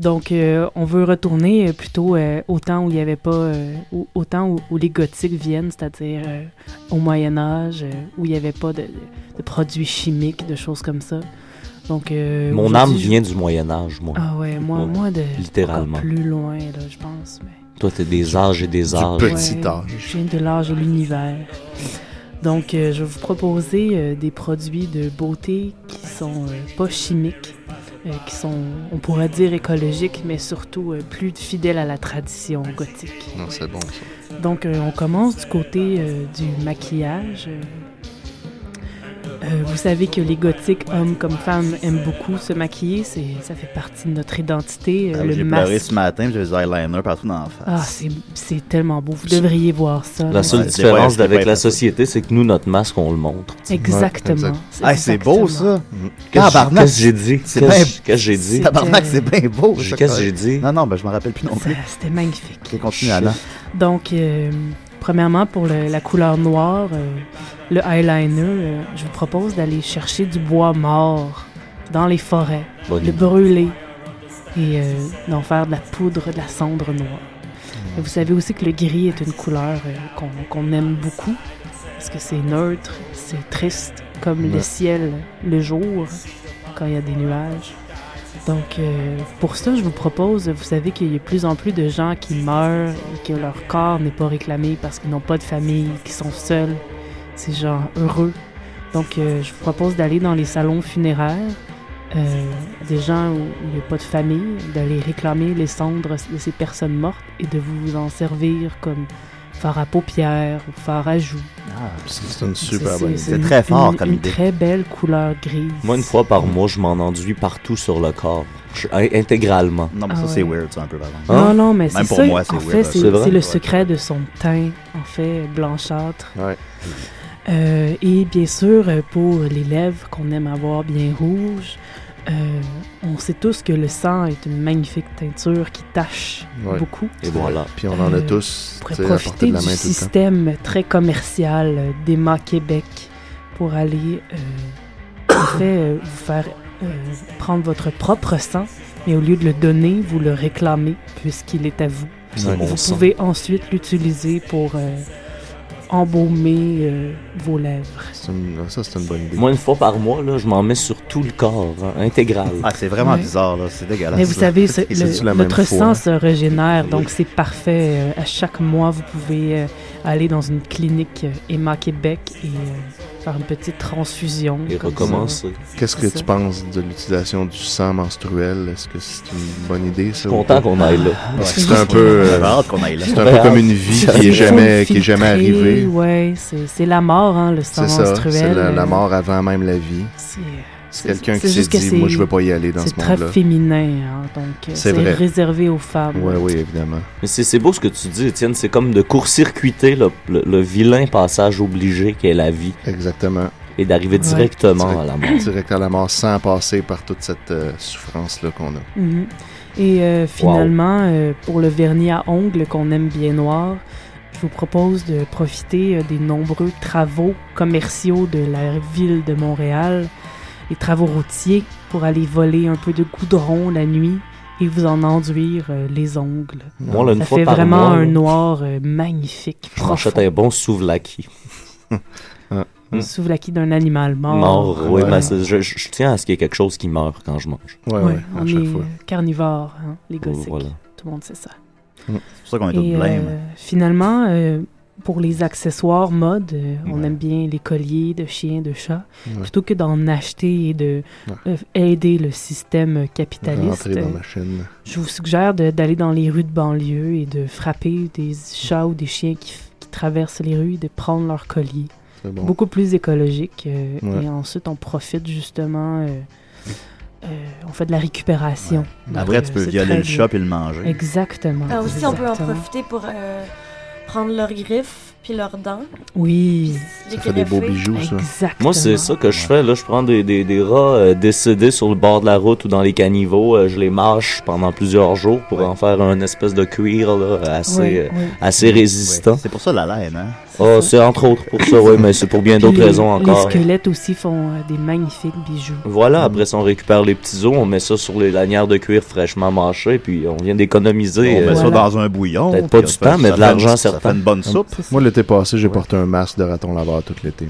E: Donc, euh, on veut retourner euh, plutôt euh, au temps où il n'y avait pas. euh, au, au temps où, où les gothiques viennent, c'est-à-dire euh, au Moyen-Âge, euh, où il n'y avait pas de, de produits chimiques, de choses comme ça. Donc, euh,
F: Mon âme
E: aujourd'hui, je-
F: vient du Moyen-Âge, moi.
E: Ah ouais, moi,
F: Ouais,
E: moi de.
F: littéralement.
E: encore Plus loin, là, je pense. mais-
F: Toi, t'es des âges et des âges.
E: Ah, Ouais, Je viens de l'âge et l'univers. Donc, euh, je vais vous proposer euh, des produits de beauté qui sont euh, pas chimiques, euh, qui sont, on pourrait dire, écologiques, mais surtout euh, plus fidèles à la tradition gothique.
G: Non, c'est bon, ça.
E: Donc, euh, on commence du côté euh, du maquillage. Euh, euh, vous savez que les gothiques, hommes comme femmes, aiment beaucoup se maquiller. C'est, ça fait partie de notre identité. euh,
D: Ah,
E: le
D: J'ai
E: masque.
D: pleuré ce matin, puis j'ai des eyeliners partout dans la face.
E: Ah, c'est, c'est tellement beau. Vous devriez voir ça. là.
F: La seule
D: Ouais, c'est pas-
F: différence
D: c'est pas
F: avec la
D: effectif.
F: société, c'est que nous, notre masque, on le montre. tu sais.
E: Exactement.
F: exact.
E: C'est
D: Ah, c'est beau
E: exactement.
D: ça.
F: Qu'est-ce que-
D: Tabarnak.
F: qu'est-ce que j'ai dit? Qu'est-ce-
D: C'est bien-
F: qu'est-ce que j'ai dit?
D: Tabarnak, c'est bien beau.
F: J'ai-
D: ça,
F: qu'est-ce que
D: quoi.
F: j'ai dit?
D: Non, non, ben, je me rappelle plus non plus.
E: Ça, C'était magnifique.
D: Ok, continue, Anna.
E: Donc, euh, premièrement, pour le- la couleur noire, euh, le eyeliner, euh, je vous propose d'aller chercher du bois mort dans les forêts,
F: Bonne
E: le
F: idée.
E: brûler et euh, d'en faire de la poudre, de la cendre noire. Et vous savez aussi que le gris est une couleur euh, qu'on qu'on aime beaucoup parce que c'est neutre, c'est triste, comme le
G: Ouais.
E: ciel le jour quand il y a des nuages. Donc, euh, pour ça, je vous propose, vous savez qu'il y a de plus en plus de gens qui meurent et que leur corps n'est pas réclamé parce qu'ils n'ont pas de famille, qu'ils sont seuls. C'est genre heureux. Donc, euh, je vous propose d'aller dans les salons funéraires, euh, des gens où il n'y a pas de famille, d'aller réclamer les cendres de ces personnes mortes et de vous en servir comme fard à paupières ou fard à joues.
G: Ah, C'est une super bonne
E: C'est-
G: idée.
E: c'est une-
D: très fort
E: une-
D: comme
E: une
D: idée.
E: très belle couleur grise.
F: Moi, une fois par mois, je m'en enduis partout sur le corps. Je- in- intégralement. Hein?
D: Non, mais
E: Ah
D: ça, c'est
E: ouais.
D: weird, ça, un peu, par exemple.
E: Non, non, mais c'est
D: Même pour
E: ça.
D: moi, c'est
E: en
D: weird. hein.
E: fait,
D: ça.
E: c'est
F: C'est vrai?
E: c'est le secret de son teint, en fait, blanchâtre. Euh, et bien sûr, euh, pour les lèvres qu'on aime avoir bien rouges, euh, on sait tous que le sang est une magnifique teinture qui tache
G: Ouais.
E: beaucoup.
F: Et voilà.
G: Puis on en a
E: Euh,
G: tous,
E: On pourrait
G: tu sais, à portée
E: profiter
G: de la
E: du
G: main tout le temps.
E: système très commercial euh, d'Emma Québec pour aller euh, en fait, euh, vous faire euh, prendre votre propre sang, mais au lieu de le donner, vous le réclamez puisqu'il est à vous.
F: C'est mon
E: vous
F: sang.
E: pouvez ensuite l'utiliser pour euh, embaumer euh, vos lèvres.
G: C'est une- Ça, c'est une bonne idée.
F: Moi, une fois par mois, là, je m'en mets sur tout le corps, hein, intégral.
D: Ah, c'est vraiment Ouais. bizarre, là. C'est dégueulasse.
E: Mais vous savez, c'est- le- notre sang se régénère, donc c'est parfait. Euh, À chaque mois, vous pouvez euh, aller dans une clinique euh, Emma Québec et euh, faire une petite transfusion. comme ça.
G: Qu'est-ce que
E: C'est
G: tu
E: ça.
G: penses de l'utilisation du sang menstruel Est-ce que c'est une bonne idée ça
F: content qu'on aille là.
G: Parce que C'est
F: Ouais.
G: un peu, euh,
F: J'avais hâte qu'on aille là.
G: c'est un peu comme une vie qui est
E: Faut
G: jamais, qui est
E: le
G: jamais
E: filtrer,
G: arrivée.
E: Ouais, c'est c'est la mort, hein, le sang
G: C'est ça,
E: menstruel.
G: c'est la, la
E: euh,
G: mort avant même la vie.
E: C'est- euh,
G: C'est quelqu'un qui
E: c'est
G: s'est
E: juste que
G: dit,
E: c'est-
G: moi je veux pas y aller dans ce
E: C'est
G: monde-là.
E: très féminin, hein, donc euh, c'est
G: C'est vrai.
E: réservé aux femmes.
G: Ouais, oui, évidemment.
F: Mais c'est c'est beau ce que tu dis, Étienne. C'est comme de court-circuiter le, le- le vilain passage obligé qu'est la vie.
G: Exactement.
F: Et d'arriver directement à la mort.
G: Direct à la mort sans passer par toute cette euh, souffrance-là qu'on a.
E: Mhm. Et euh, finalement, euh, pour le vernis à ongles qu'on aime bien noir, je vous propose de profiter euh, des nombreux travaux commerciaux de la ville de Montréal, les travaux routiers, pour aller voler un peu de goudron la nuit et vous en enduire euh, les ongles.
F: Moi, là, une
E: Ça
F: fois
E: fait
F: par
E: vraiment
F: mois,
E: un
F: là,
E: noir euh, magnifique,
F: Je
E: profond,
F: m'achète un bon souvlaki.
D: Ah,
F: Mm.
E: sous la quille d'un animal mort.
F: Mort, oui,
E: Ah, Ouais.
F: mais c'est- je, je- je tiens à ce qu'il y ait quelque chose qui meurt quand je mange.
E: Ouais, on est euh, carnivores, hein, les gothiques.
F: Oh, Voilà.
E: Tout le monde sait ça.
F: Mm.
D: C'est pour ça qu'on est tous
E: Et,
D: blêmes.
E: euh, finalement, euh, pour les accessoires mode, euh, on aime bien les colliers de chiens, de chats,
G: Ouais.
E: plutôt que d'en acheter et de euh, aider le système capitaliste.
G: Rentrer dans
E: euh,
G: ma chaîne.
E: Je vous suggère de- d'aller dans les rues de banlieue et de frapper des chats ou des chiens qui, f- qui traversent les rues, de prendre leurs colliers.
G: C'est bon.
E: Beaucoup plus écologique. euh,
G: Ouais.
E: Et ensuite, on profite justement. euh, euh, on fait de la récupération. euh,
D: Ouais. Après, tu peux
E: c'est
D: violer
E: très
D: le
E: bien.
D: chat puis le manger.
E: Exactement.
I: Ah, aussi, on peut en
E: exactement.
I: profiter pour euh, prendre leurs griffes puis leurs dents.
E: Oui.
I: les
F: Ça fait des beaux
I: greffer.
F: bijoux, ça.
E: Exactement.
F: Moi, c'est ça que je fais. Là, je prends des, des, des rats euh, décédés sur le bord de la route ou dans les caniveaux. euh, je les mâche pendant plusieurs jours pour en faire un espèce de cuir là, assez,
D: Ouais,
F: euh,
D: ouais.
F: assez résistant.
D: C'est pour ça la laine, hein?
F: Ah, c'est entre autres pour ça, oui, mais c'est pour bien
E: Puis
F: d'autres
E: les-
F: raisons encore.
E: Les squelettes Mm. aussi font euh, des magnifiques bijoux.
F: Voilà, après ça, on récupère les petits os, on met ça sur les lanières de cuir fraîchement mâchées, puis on vient d'économiser.
D: On met ça
F: euh,
D: dans un bouillon.
F: Peut-être pas
D: puis
F: du
D: on fait-
F: temps, mais
D: ça
F: de
D: fait une-
F: l'argent
D: ça
F: certain.
D: fait une bonne soupe.
G: Moi, l'été passé, j'ai porté un masque de raton laveur tout l'été.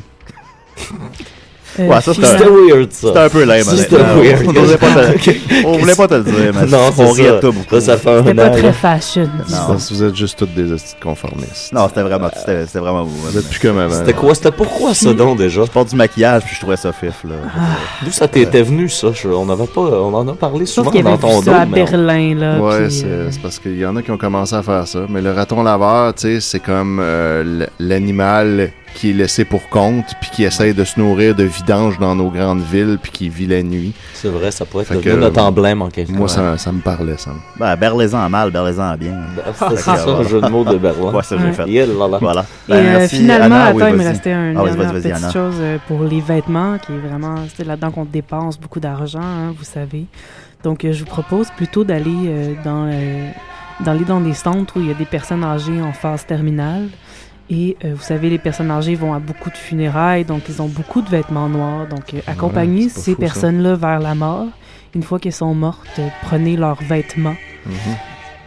E: Euh,
D: Ouais, ça,
E: puis-
D: c'était-
F: C'était weird, ça.
D: C'était un peu lame,
F: C'était
D: honnêtement.
F: weird.
D: On osait pas te-
F: Ok.
D: on voulait pas te le dire, mais
F: non,
D: on
F: c'est
D: riait
F: ça.
D: de toi beaucoup.
F: Ça, ça fait un
E: C'était pas
F: an,
E: très
F: là.
E: fashion.
D: Ah.
G: Non. Vous êtes juste tous des hosties de conformistes.
D: Non, c'était vraiment, c'était, c'était vraiment beau. Vous êtes
G: plus comme avant.
F: C'était quoi, c'était pourquoi ça donc déjà? Je
D: porte du maquillage puis je trouvais ça fif, là.
E: Ah.
F: D'où ça t'était venu, ça? Je- on, avait pas, euh, on en a parlé souvent
E: qu'il y
F: dans
E: avait
F: ton
E: vu ça
F: dos,
E: à
F: mais on-
E: Berlin, là.
G: Ouais,
E: puis,
G: c'est
E: euh,
G: c'est parce qu'il y en a qui ont commencé à faire ça. Mais le raton laveur, tu sais, c'est comme euh, l- l'animal qui est laissé pour compte, puis qui essaye de se nourrir de vidange dans nos grandes villes, puis qui vit la nuit.
F: C'est vrai, ça pourrait être
G: Fait
F: devenu
G: que,
F: notre emblème en quelque
G: Moi,
F: sorte.
G: ça, ça me parlait, ça.
D: Ben, berlez-en en mal, berlez-en en bien.
F: Ben, c'est ça, le jeu de mots de Berlin.
D: Ouais, ça, j'ai
F: Ouais.
D: fait.
F: Yeah, là, là.
D: Voilà.
E: Et
D: Ben,
E: euh,
D: merci,
E: finalement,
D: Anna. Oui,
E: attends, il me
D: vas-y.
E: restait une
D: Ah, vas-y,
E: dernière
D: vas-y, vas-y,
E: petite
D: Anna.
E: chose euh, pour les vêtements, qui est vraiment, c'est là-dedans qu'on dépense beaucoup d'argent, hein, vous savez. Donc, euh, je vous propose plutôt d'aller euh, dans, euh, d'aller dans des centres où il y a des personnes âgées en phase terminale. Et euh, vous savez, les personnes âgées vont à beaucoup de funérailles, donc ils ont beaucoup de vêtements noirs. Donc, euh, accompagnez
G: c'est pas
E: ces
G: fou, ça.
E: personnes-là vers la mort. Une fois qu'elles sont mortes, euh, prenez leurs vêtements.
G: Mhm.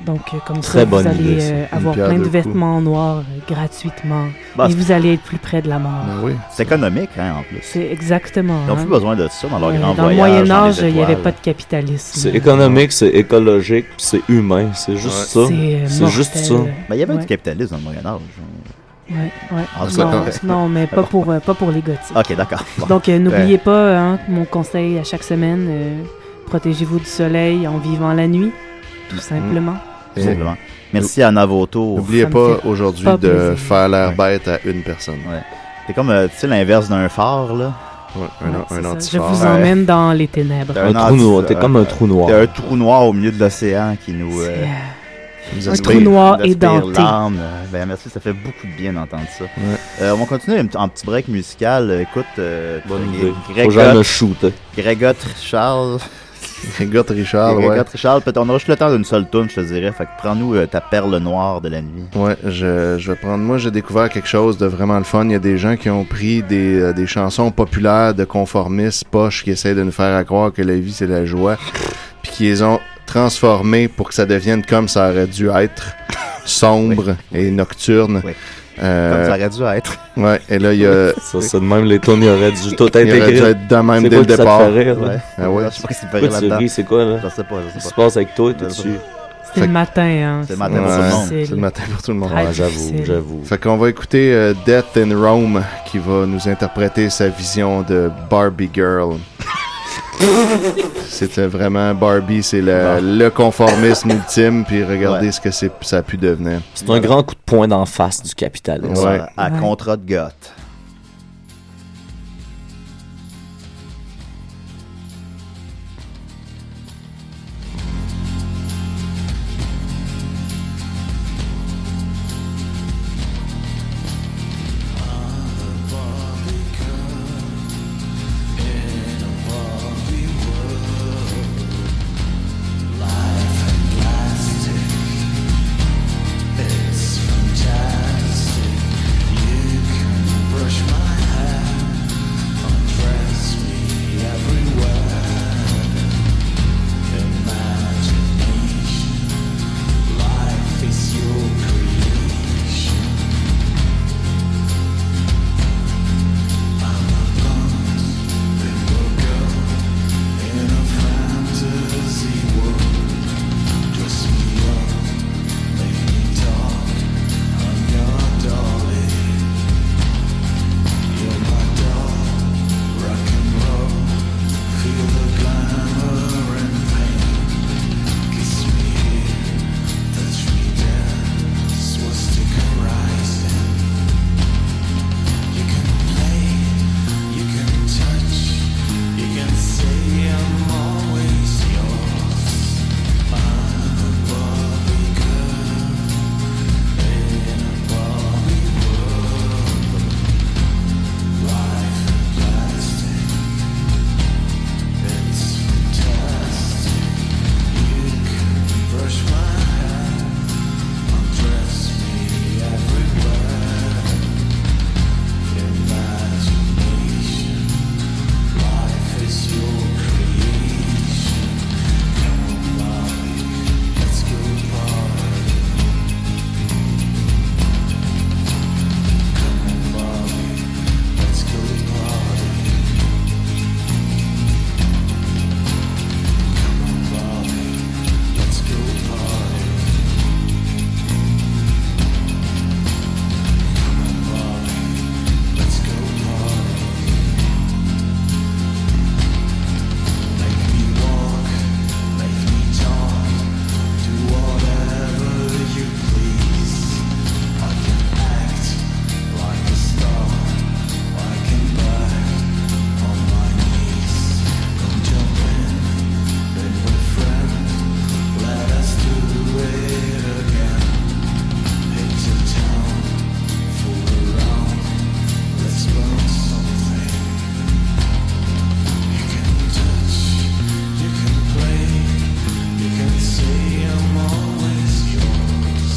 E: Donc, euh, comme
G: Très
E: ça,
G: bonne
E: vous allez
G: idée, ça.
E: euh,
G: Une
E: avoir
G: pierre
E: plein
G: deux
E: de
G: coups.
E: vêtements noirs euh, gratuitement.
D: Bah,
E: et
D: c'est-
E: vous allez être plus près de la mort.
D: C'est économique, hein, en plus.
E: C'est exactement.
D: Ils n'ont
E: hein.
D: plus besoin de ça dans leur
E: Euh,
D: grand
E: dans le
D: voyage.
E: Moyen
D: dans les
E: Âge, il n'y avait
D: étoiles.
E: pas de capitalisme.
F: C'est économique, c'est écologique, puis c'est humain, c'est juste ça.
E: C'est, euh,
F: C'est juste
E: mortel.
F: ça.
D: Ben, il y avait
E: Ouais.
D: du capitalisme dans le Moyen Âge.
E: Ouais, ouais.
D: Ah, c'est
E: non,
D: vrai.
E: non, mais
D: Ah
E: pas
D: bon.
E: pour, euh, pas pour les gothiques.
D: Ok, d'accord. Bon. Ben.
E: Donc, euh,
D: Ouais.
E: n'oubliez pas hein, mon conseil à chaque semaine euh, protégez-vous du soleil en vivant la nuit,
G: Mm.
E: tout simplement.
D: Tout simplement. Merci Anna Vautour.
G: N'oubliez
E: Ça me pas fait aujourd'hui pas de plaisir.
G: faire l'air bête à une personne.
D: C'est comme, euh, tu sais, l'inverse d'un phare, là.
G: un,
E: Ouais, c'est ça. Je vous emmène dans les ténèbres.
D: T'as anti-
F: t'es comme un trou noir.
D: T'as un trou noir au milieu de l'océan qui nous. euh, qui nous
E: un
D: aspire-
E: trou noir
D: nous aspire
E: édenté.
D: l'âme. Ben, merci, ça fait beaucoup de bien d'entendre ça. Euh, on continue un, un petit break musical. Euh, Écoute, euh,
F: idée.
D: Greg
F: Faut jamais
D: Gott-
F: shooter.
D: Greg Gott, Richard.
G: Grégotte Richard,
D: Greg
G: ouais.
D: Gott, Richard, peut-être on aura juste le temps d'une seule tune, je te dirais. Fait que prends-nous euh, ta perle noire de la nuit.
G: Mhm. Ouais, je, je vais prendre. Moi, j'ai découvert quelque chose de vraiment le fun. Il y a des gens qui ont pris des, euh, des chansons populaires de conformistes poches qui essaient de nous faire à croire que la vie, c'est la joie, puis qui les ont transformées pour que ça devienne comme ça aurait dû être, sombre et nocturne. Euh,
D: Comme ça aurait dû être.
G: Ouais, et là, il y a.
F: Ça, c'est de même, les tunes, ils auraient dû tout
G: Il aurait
F: intégrer.
G: dû être de même
F: C'est
G: dès
F: quoi
G: le
F: que ça te
G: départ.
F: fait rire, là?
G: Ouais. Ah ouais.
D: Je sais pas ce qui
F: Pourquoi
D: fait
F: tu
D: là-dedans.
F: ris, c'est quoi, là?
D: Je sais pas, je sais
F: Qu'est-ce qui
D: pas.
F: se passe avec toi, t'es
D: Je sais
F: dessus?
E: C'est le matin, hein.
D: C'est le matin pour tout le
G: Ouais,
D: monde.
G: C'est le matin pour tout le monde.
F: Ah,
E: Très Ouais, j'avoue, difficile.
F: j'avoue.
G: Fait qu'on va écouter euh, Death in Rome qui va nous interpréter sa vision de Barbie Girl. C'était vraiment Barbie, c'est la- le conformisme ultime, puis regardez ce que c'est, ça a pu devenir.
F: C'est un grand coup de poing d'en face du capitalisme.
G: Ouais.
D: À contrat de goth.
L: It's fantastic. You can brush my hair, undress me everywhere. Imagination, life is your creation. I'm a blonde little girl in a fantasy world. Dress me up. Say I'm always yours. I'm a Barbie girl. Let's go party. Let's go party. Come on, Bobby. Let's go party. Come on, Bobby. Let's go party. Make me walk, make me talk, do whatever you please. I can act like a star. I can back on my knees. Come jump in, been with friends. Let us do it again. Hit to town, fool around. Let's burn something. You can touch, you can play, you can see I'm always yours.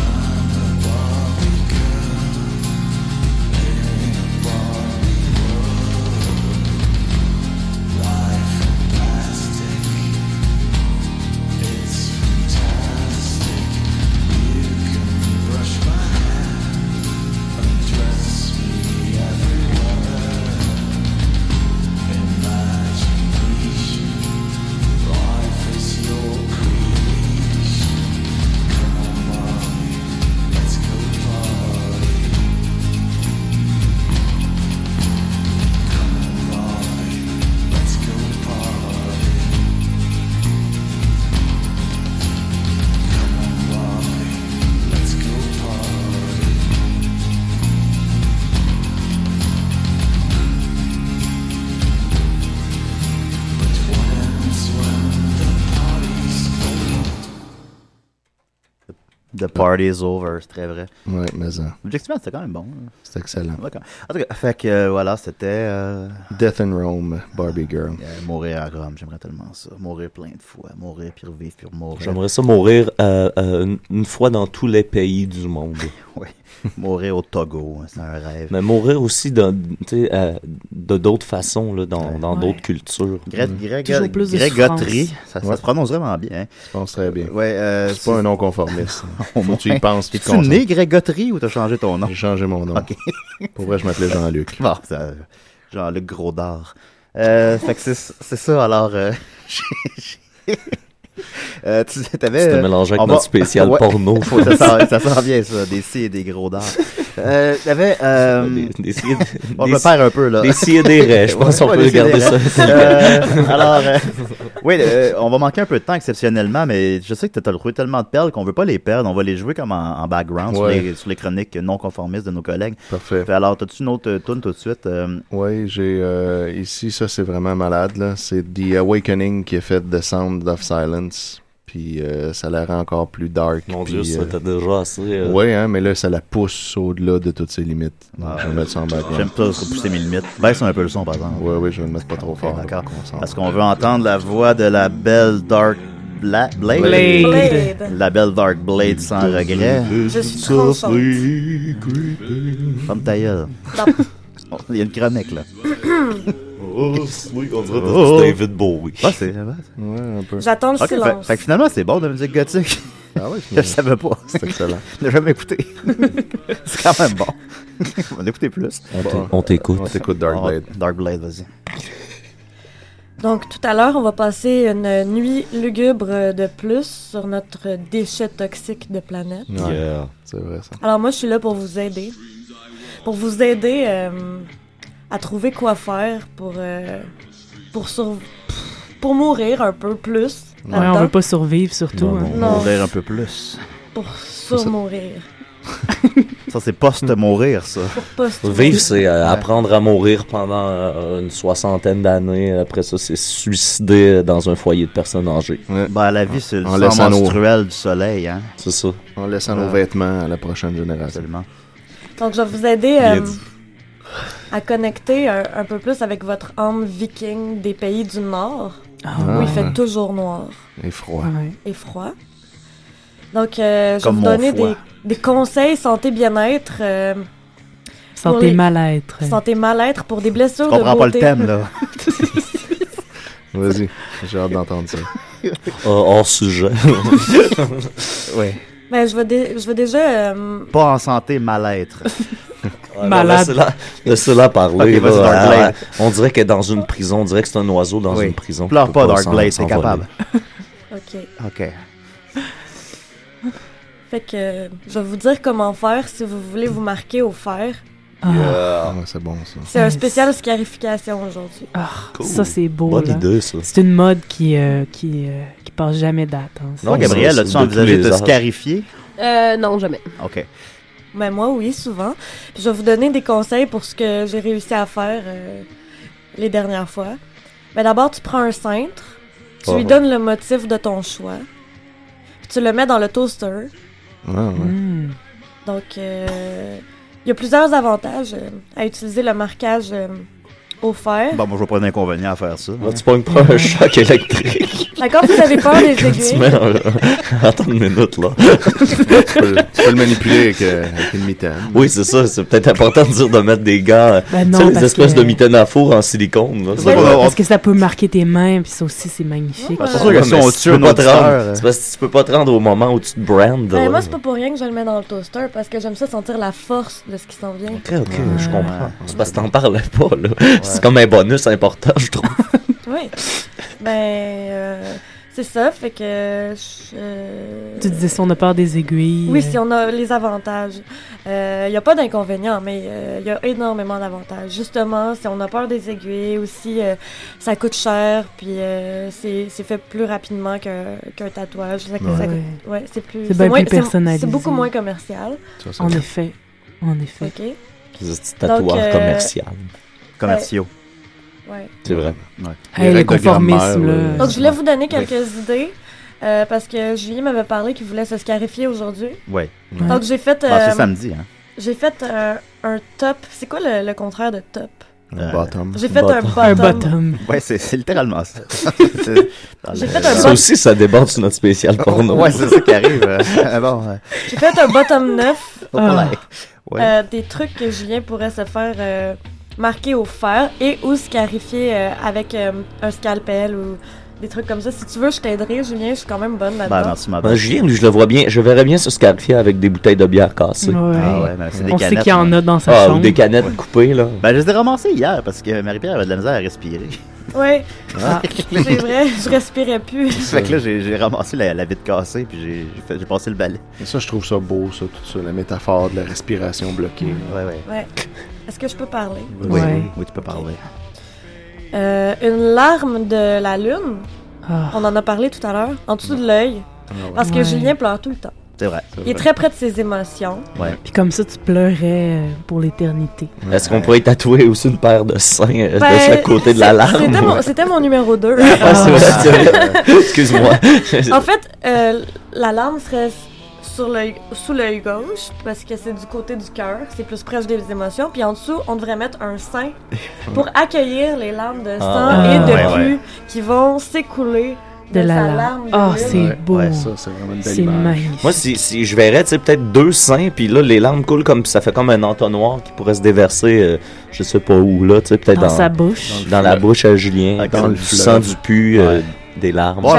L: I'm a Barbie girl in a Barbie world. Life in plastic, it's fantastic. You can brush my hair, undress me everywhere. Imagination, life is your creation. Come on, Bobby, let's go party. Come on, Bobby, let's go party. Come on, Bobby, let's go party. But when's when the party's over?
D: The party is over, c'est très vrai.
G: Ouais, mais ça.
D: Objectivement, c'était quand même bon. là.
G: C'est excellent.
D: Ouais, quand- En tout cas, fait que euh, voilà, c'était. euh,
G: Death in Rome, Barbie Girl.
D: euh, mourir à Rome, j'aimerais tellement ça. Mourir plein de fois. Mourir, puis revivre, puis mourir.
F: J'aimerais ça mourir euh, euh, une- une fois dans tous les pays du monde.
D: Oui. Mourir au Togo, hein, c'est un rêve.
F: Mais mourir aussi dans, tu sais, euh, de d'autres façons, là, dans dans
D: Ouais.
F: d'autres cultures.
D: Greg,
F: Mm.
D: Greg,
E: Toujours plus de
D: Greg
E: souffrance.
D: Guthrie, ça, ça
G: Ouais.
D: se prononce vraiment bien. hein.
G: Je pense très bien.
D: Ouais, euh,
G: C'est pas un non conformiste.
D: au
G: Faut que tu y
D: moins.
G: penses, tu te
D: Es-tu né
G: concentres.
D: Grégoterie ou t'as changé ton nom? J'ai
G: changé mon nom. Pour vrai, je m'appelais Jean-Luc.
D: Bon, ça- Jean-Luc Grosdard. Euh, fait que c'est c'est ça, alors... euh, j'ai- j'ai- Euh, tu t'avais,
F: Tu t'es
D: euh,
F: mélangé avec
D: on
F: notre spécial porno.
D: Ouais, ça, sent, ça sent bien, ça. Des si et des gros dards. Euh, t'avais, euh, on
F: des
D: me
F: si-
D: perd un peu, là.
F: des si et des raies, je pense qu'on peut
D: des si et des
F: garder ça.
D: raies. Euh, alors, euh, oui, euh, on va manquer un peu de temps exceptionnellement, mais je sais que t'as trouvé tellement de perles qu'on veut pas les perdre. On va les jouer comme en, en background sur,
G: Ouais.
D: les, sur les chroniques non conformistes de nos collègues.
G: Parfait.
D: Fait, alors, t'as-tu une autre euh, toune tout de suite? euh,
G: Oui, j'ai euh, ici, ça c'est vraiment malade. là. C'est The Awakening qui est fait de Sound of Silence. Puis euh, ça la rend encore plus dark.
F: Mon Dieu, ça t'a déjà assez, euh.
G: Oui, hein, mais là, ça la pousse au-delà de toutes ses limites. Donc,
D: Ah.
G: je vais mettre ça en background.
D: J'aime pas trop pousser mes limites. Baisse un peu le son, par exemple.
G: Oui, oui, je vais le mettre pas trop fort.
D: D'accord. Parce qu'on veut entendre la voix de la belle Dark Bla- Blade.
G: Blade.
D: La belle Dark Blade sans regret.
I: Je suis transante.
D: Comme ta gueule. Il y a une chronique, là.
F: Oh, oui, on dirait
D: Oh, oh.
F: que c'est David Bowie.
D: Ah, c'est...
G: Ouais, un peu.
I: J'attends le
D: Ok,
I: silence.
D: Fait, fait que finalement, c'est bon de la musique gothique.
G: Ah oui,
D: Je savais pas.
G: C'est excellent.
D: Je l'ai jamais écouté. c'est quand même bon. On va en écouter plus.
F: On t'é- on t'écoute.
G: On t'écoute, Dark
D: On-
G: Blade.
D: Dark Blade, vas-y.
I: Donc, tout à l'heure, on va passer une nuit lugubre de plus sur notre déchet toxique de planète.
G: Ouais, C'est vrai, ça.
I: Alors, moi, je suis là pour vous aider. Pour vous aider euh, à trouver quoi faire pour, euh, pour, surv- pour mourir un peu plus.
E: Ouais, Ah, on
I: là-dedans.
E: veut pas survivre surtout.
D: Non,
E: hein.
D: non,
I: Non.
D: On va lire un peu plus.
I: Pour surmourir.
D: Ça, c'est post-mourir, ça.
I: Post-
F: Vivre, c'est euh, apprendre à mourir pendant euh, une soixantaine d'années. Après ça, c'est se suicider dans un foyer de personnes âgées.
D: Bah, la vie, c'est le
F: En
D: sang
F: laissant nos-
D: menstruel du soleil, hein.
F: C'est ça.
G: En laissant nos
D: Ouais.
G: vêtements à la prochaine génération.
I: Donc, je vais vous aider
G: Bien
I: euh,
G: dit.
I: à connecter un, un peu plus avec votre âme viking des pays du Nord, où
E: Ah
G: ouais.
I: il fait toujours noir
G: Et froid.
I: et froid. Donc, euh, je vais
G: Comme
I: vous
G: mon
I: donner
G: foie.
I: des, des conseils santé-bien-être. euh, pour
E: Santé
I: les-
E: mal-être.
I: Santé mal-être pour des blessures
G: Je
I: de
G: comprends pas le
I: beauté.
G: thème, là. Vas-y, j'ai hâte d'entendre ça.
F: Euh, hors sujet.
D: oui.
I: Ben, je vais, dé- je vais déjà... euh,
D: Pas en santé, mal-être.
F: Ouais, ben, Laissez-la, laissez-la parler.
D: Ok, vas-y,
F: là.
D: Dark Blade.
F: Ah, on dirait qu'elle est dans une prison. On dirait que c'est un oiseau dans
D: Oui.
F: une prison.
D: Pleure
F: qui peut
D: pas, Dark
F: s'en-
D: Blade, t'es
F: s'envoler.
D: capable.
I: OK.
D: OK.
I: Fait que euh, je vais vous dire comment faire si vous voulez vous marquer au fer.
G: Yeah. Ouais, c'est bon, ça.
I: Ah. C'est un spécial scarification aujourd'hui.
E: Ah, Ça, c'est beau.
G: Bonne
E: là.
G: idée, ça.
E: C'est une mode qui, euh, qui, euh, qui passe jamais date. hein.
D: Non, Gabriel, as-tu envisagé de scarifier?
I: Euh, non, jamais.
D: OK.
I: Mais Ben, moi, oui, souvent. Puis je vais vous donner des conseils pour ce que j'ai réussi à faire euh, les dernières fois. Mais d'abord, tu prends un cintre, tu
F: Oh,
G: Ah
I: lui
G: ouais.
I: donnes le motif de ton choix, puis tu le mets dans le toaster.
G: Ouais, Ah, ouais.
E: Hmm.
I: Donc, euh, il y a plusieurs avantages euh, à utiliser le marquage euh, au fer.
D: Bon, moi, je vais pas d'inconvénient à faire ça.
F: Là, tu pognes pas un choc électrique.
I: D'accord, Ben, vous avez peur des
F: Quand tu
I: aiguilles.
F: mets un- Attends une minute, là.
G: tu, peux, tu peux le manipuler avec, euh, avec une mitaine.
F: Oui, c'est ça. C'est peut-être important de dire de mettre des gants. euh,
E: Ben
F: tu
E: non,
F: sais, les
E: parce
F: espèces
E: que-
F: de mitaines à four en silicone. Là,
E: Ouais, parce que ça peut marquer tes mains, puis ça aussi, c'est magnifique.
F: Ouais, mais tu peux pas te rendre-
E: euh.
F: C'est parce que tu peux pas te rendre au moment où tu te brandes.
I: Ben,
F: là.
I: moi, c'est pas pour rien que je le mets dans le toaster parce que j'aime ça sentir la force de ce qui s'en vient.
F: Ok, ok, je comprends. C'est parce que t'en parlais pas, là. C'est comme un bonus important, je trouve.
I: Oui. Ben, euh, c'est ça, fait que. je- euh,
E: Tu disais si on a peur des aiguilles. euh.
I: Oui, si on a les avantages. Il n'y a pas d'inconvénients, mais il y a énormément d'avantages. Justement, si on a peur des aiguilles aussi, euh, ça coûte cher, puis euh, c'est c'est fait plus rapidement qu'un qu'un tatouage. Ça- ça-
E: Ouais.
I: ouais. c'est plus.
E: C'est bien
I: moins-
E: plus personnalisé.
I: C'est beaucoup moins commercial.
G: Ça,
E: En effet. En effet.
I: OK.
F: Des petits
I: Donc,
F: tatouages
I: euh,
F: commerciaux.
D: Commerciaux.
I: Ouais.
F: C'est vrai.
E: Hey, le conformisme, là.
I: Donc, je voulais vous donner quelques idées. euh, parce que Julien m'avait parlé qu'il voulait se scarifier aujourd'hui.
D: Ouais.
I: Donc j'ai fait.
D: Bah, c'est
I: euh,
D: samedi, hein.
I: J'ai fait euh, un top. C'est quoi le, le contraire de top
D: Un
G: bottom.
I: J'ai fait un bottom.
D: Euh, Ouais, c'est c'est littéralement ça. C'est- dans
I: J'ai
D: le-
I: fait un
F: Ça
I: bot-
F: aussi, ça déborde sur notre spécial porno.
D: Oh, Ouais, c'est ça qui arrive. euh, bon, euh,
I: J'ai fait un bottom 9.
D: voilà. Ouais.
I: des trucs que Julien pourrait se faire euh, marquer au fer et ou scarifier euh, avec euh, un scalpel ou des trucs comme ça. Si tu veux, je t'aiderai, Julien, je suis quand même bonne là-dedans.
D: Ben, merci, ma
F: Ben, Julien, lui, je le vois bien. Je verrais bien se scarifier avec des bouteilles de bière cassées.
D: Ouais. Ah ouais, ben, c'est des On sait canettes,
E: qu'il y en a dans sa
F: Ah,
E: chambre.
F: Ou des canettes coupées, là.
D: Ben, je les ai ramassés hier parce que Marie-Pierre avait de la misère à respirer.
I: Ouais,
D: Ah.
I: c'est vrai, je respirais plus.
D: fait que là, j'ai j'ai ramassé la, la vitre cassée puis j'ai- j'ai fait- j'ai passé le balai.
G: Ça, je trouve ça beau, ça, tout ça, la métaphore de la respiration bloquée.
F: Ah
D: Ouais, ouais.
I: Ah Ouais. Est-ce que je peux parler?
D: Oui, oui, tu peux parler.
I: Euh, une larme de la lune.
E: Ah.
I: On en a parlé tout à l'heure. En dessous de l'œil.
D: Ah ouais.
I: Parce que
E: Ouais.
I: Julien pleure tout le temps.
D: C'est vrai.
I: Il est très près de ses émotions.
E: Puis comme ça, tu pleurais euh, pour l'éternité.
F: Est-ce qu'on pourrait tatouer aussi une paire de seins euh, de
I: Ben,
F: chaque côté de la
I: c'est-
F: larme?
I: C'était mon, c'était mon numéro 2.
F: Ah, c'est vrai, c'est vrai. Excuse-moi.
I: en fait, euh, la larme serait sur l'œil- sous l'œil gauche parce que c'est du côté du cœur, c'est plus proche des émotions. Puis en dessous, on devrait mettre un sein pour accueillir les larmes de sang
G: Ah,
I: et de
G: ouais, ouais.
I: pluie qui vont s'écouler de,
E: De la
I: sa
E: larme.
I: larme. de
E: Ah,
I: lune.
E: c'est
F: Ouais,
E: beau.
G: ouais, ça, c'est vraiment une belle
E: C'est
G: image.
E: magnifique.
F: Moi, si, si je verrais, tu sais, peut-être deux seins, puis là, les larmes coulent comme ça fait comme un entonnoir qui pourrait se déverser, euh, je sais pas où, là, tu sais, peut-être
E: Dans
F: dans,
E: sa bouche.
F: Dans la bouche à Julien,
G: dans
F: comme
G: le
F: du
G: fleuve.
F: sang, du pu, euh, des larmes.
D: Bon, je,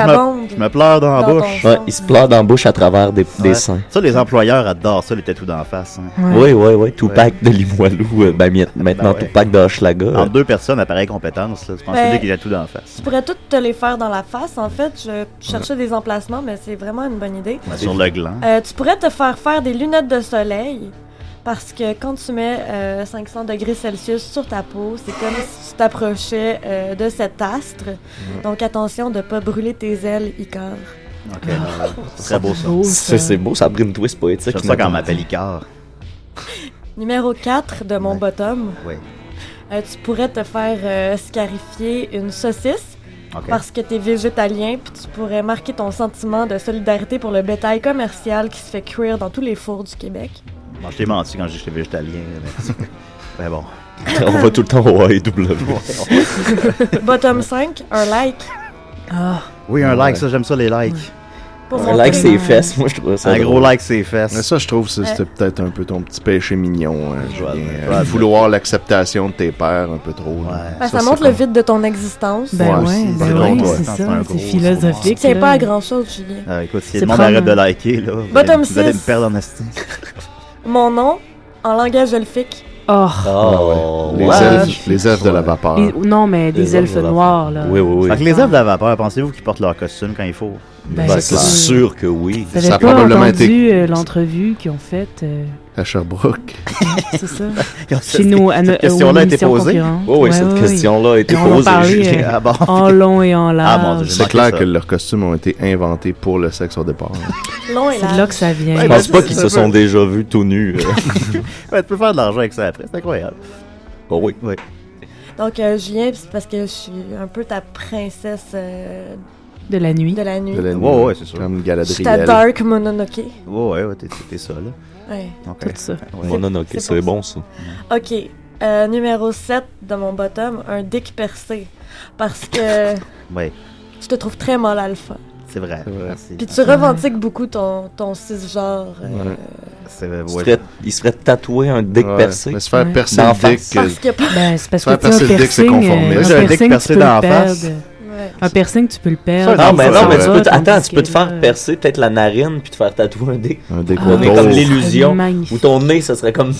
D: me, je me pleure dans la
I: Dans
D: bouche.
F: Ouais, il se pleure dans la bouche à travers des, des
D: Ouais.
F: seins.
D: Ça, les employeurs adorent ça, les tatous d'en face. hein.
F: Oui, oui, oui, Tupac de Limoilou, euh, ben, mi- maintenant
D: ouais.
F: Tupac de Hochelaga.
D: En deux personnes à pareille compétence, là, tu penses
I: Ben-
D: dire qu'il a tout d'en face.
I: Tu pourrais toutes te les faire dans la face, en fait. Je cherchais des emplacements, mais c'est vraiment une bonne idée.
D: Ouais, sur le gland.
I: Euh, tu pourrais te faire faire des lunettes de soleil. Parce que quand tu mets euh, 500 degrés Celsius sur ta peau, c'est comme si tu t'approchais euh, de cet astre. Donc attention de ne pas brûler tes ailes, Icar.
D: Ok, euh, c'est très beau ça.
F: Ça, C'est beau, ça brille une twist poétique.
D: J'aime ça quand on m'appelle Icar.
I: Numéro 4 de mon bottom.
D: Oui.
I: Euh, tu pourrais te faire euh, scarifier une saucisse
D: Ok.
I: parce que tu es végétalien, puis tu pourrais marquer ton sentiment de solidarité pour le bétail commercial qui se fait cuire dans tous les fours du Québec.
D: Bon, je t'ai menti quand j'ai dit que j'étais végétalien. Mais, mais bon.
F: On va tout le temps au AEW.
I: Bottom 5, un like.
E: Ah.
D: Euh, Oui, un like,
G: Ouais.
D: ça, j'aime ça, les likes.
I: Pour
F: Un
I: montrer-
F: like ses fesses, moi je trouve ça.
D: Un gros
F: drôle.
D: like, c'est fesses.
G: Mais ça, je trouve que c'est- c'était peut-être un peu ton petit péché mignon, hein, Julien.
D: je vais
G: Euh, vouloir l'acceptation de tes pères un peu trop. là.
I: Ben, ça,
G: c'est
I: montre le
G: comme-
I: vide de ton existence.
E: Ben
G: Ouais,
E: ouais,
G: c'est-
E: ben
G: c'est
E: ouais,
G: drôle,
E: c'est
G: ouais.
D: C'est un
E: ça,
D: gros
E: c'est
I: Tu
E: philosophique.
I: tiens
E: là.
I: pas à grand chose, Julien.
D: Euh, écoute, si
E: C'est
D: le monde
E: prendre Bah,
D: arrête de
E: un-
D: liker, là, vous
I: Bottom
D: allez, vous allez me
I: six.
D: perdre en esti.
I: Mon nom, en langage elfique.
E: Oh.
F: Oh,
G: Ah Les
F: ouais.
G: elfes, les elfes de la vapeur.
E: Les- non, mais des
F: Les
E: elfes
F: elfes
E: noirs, là.
F: Oui, oui, oui.
D: Fait que les elfes de la vapeur, pensez-vous qu'ils portent leur costume quand il faut?
E: Ben,
F: Ben, c'est
G: clair.
F: sûr que oui.
E: T'avais
G: Ça a
E: pas
G: probablement
E: entendu
G: été-
E: euh, l'entrevue qu'ils ont faite, euh,
G: À Sherbrooke.
E: c'est ça?
D: Cette-
E: nous, à no-
D: cette
E: aux
D: question-là a été
E: émissions
D: posée.
E: concurrentes.
F: Oh, oui,
E: Ouais,
F: cette
E: ouais,
F: question-là a été
E: Et on en
F: posée.
E: parlait,
F: Julien.
E: euh,
D: Ah bon?
E: En long et en large.
D: Ah, mon Dieu, j'ai
G: C'est
D: manqué
G: clair
D: ça.
G: que leurs costumes ont été inventés pour le sexe au départ.
I: Long et
E: C'est de
I: large.
E: là que ça vient.
D: Ouais,
F: Je
D: ben,
F: pense pas
D: c'est-
F: qu'ils
D: ça
F: se sont
D: peut-
F: déjà vus tout nus. euh.
D: Ouais, tu peux faire de l'argent avec ça après, c'est incroyable.
F: Oh oui.
D: Oui.
I: Donc, euh, Julien, c'est parce que je suis un peu ta princesse euh,
E: De la nuit.
I: de la nuit.
G: De la nuit.
D: Ouais, ouais, c'est sûr.
G: Comme
I: Je suis ta
G: Galadriel.
I: Dark Mononoke.
D: Ouais, ouais, ouais, t'es- t'es ça, là.
I: Ouais.
D: Ok.
E: Tout ça.
F: Non, non, non, ok,
I: c'est
F: c'est
I: bon.
F: bon ça.
I: Ok. Euh, numéro 7 de mon bottom, un dick percé. Parce que
D: Ouais,
I: tu te trouves très mal alpha.
D: Ah, c'est vrai. Merci.
I: Puis tu revendiques beaucoup ton, ton cisgenre.
G: Ben,
I: euh,
D: C'est vrai,
F: Il se
D: ouais.
F: ferait- Il se ferait tatouer un dick
G: Ouais.
F: percé.
G: Mais se faire
E: Ouais.
G: percer
F: D'en
G: le dick.
F: face.
G: euh,
I: Parce que.
E: Ben, c'est parce que tu
G: Se faire
E: sais,
G: percer
E: un
G: le dick, c'est
E: piercing,
G: conformiste.
E: euh,
D: J'ai un
E: un
D: dick
E: piercing, tu
D: percé
E: peux le
D: dans la face.
E: perdre.
I: Ouais.
E: Un piercing, tu peux le perdre. euh,
D: Ça,
F: Non, mais
D: ça
F: non, mais
D: va,
F: tu peux,
E: ton
F: attends, tu
E: disque
F: peux te
E: est
F: faire
E: là.
F: percer peut-être la narine puis te faire tatouer un dick.
G: Un dick
E: Ah,
F: On
G: au
F: est
E: ouais.
G: dos.
F: comme l'illusion.
E: Magnifique.
F: Ou ton nez, ça serait comme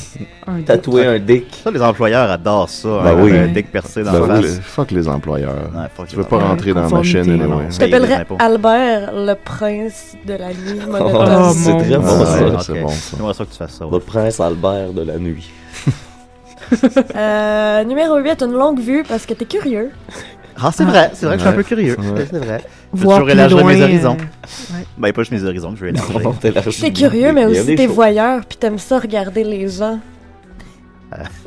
E: Un
F: tatouer un dick.
D: Ça, les employeurs adorent ça.
G: Bah hein,
F: Ben oui.
D: Un dick percé dans
G: Ben,
D: la
G: fuck les-
D: face.
G: Fuck les employeurs.
D: Ouais, fuck
G: Tu
D: les
G: veux pas
E: Ouais,
G: rentrer dans la
E: conformité.
G: machine,
D: Non, non,
G: anyway.
I: Je
D: Ben, il y a
I: t'appellerais
D: l'impôt.
I: Albert, le prince de la nuit
F: Oh,
I: monotone.
F: c'est
E: mon
F: très
E: Dieu.
F: bon
G: Ah, ouais,
F: ça.
G: c'est bon, ça.
D: J'aimerais ça que tu fasses ça. ouais.
F: Le prince Albert de la nuit.
I: Euh, numéro 8, une longue vue parce que t'es curieux.
D: Ah, c'est vrai, c'est vrai que je suis un peu
G: Ouais.
D: curieux.
G: Ouais.
D: C'est vrai. Je
E: Voir
D: toujours
E: plus
D: élargir
E: loin,
D: mes
E: euh,
D: horizons. Ben, pas juste mes horizons, je vais élargir.
I: T'es curieux, mais aussi t'es voyeur, puis t'aimes ça regarder les gens.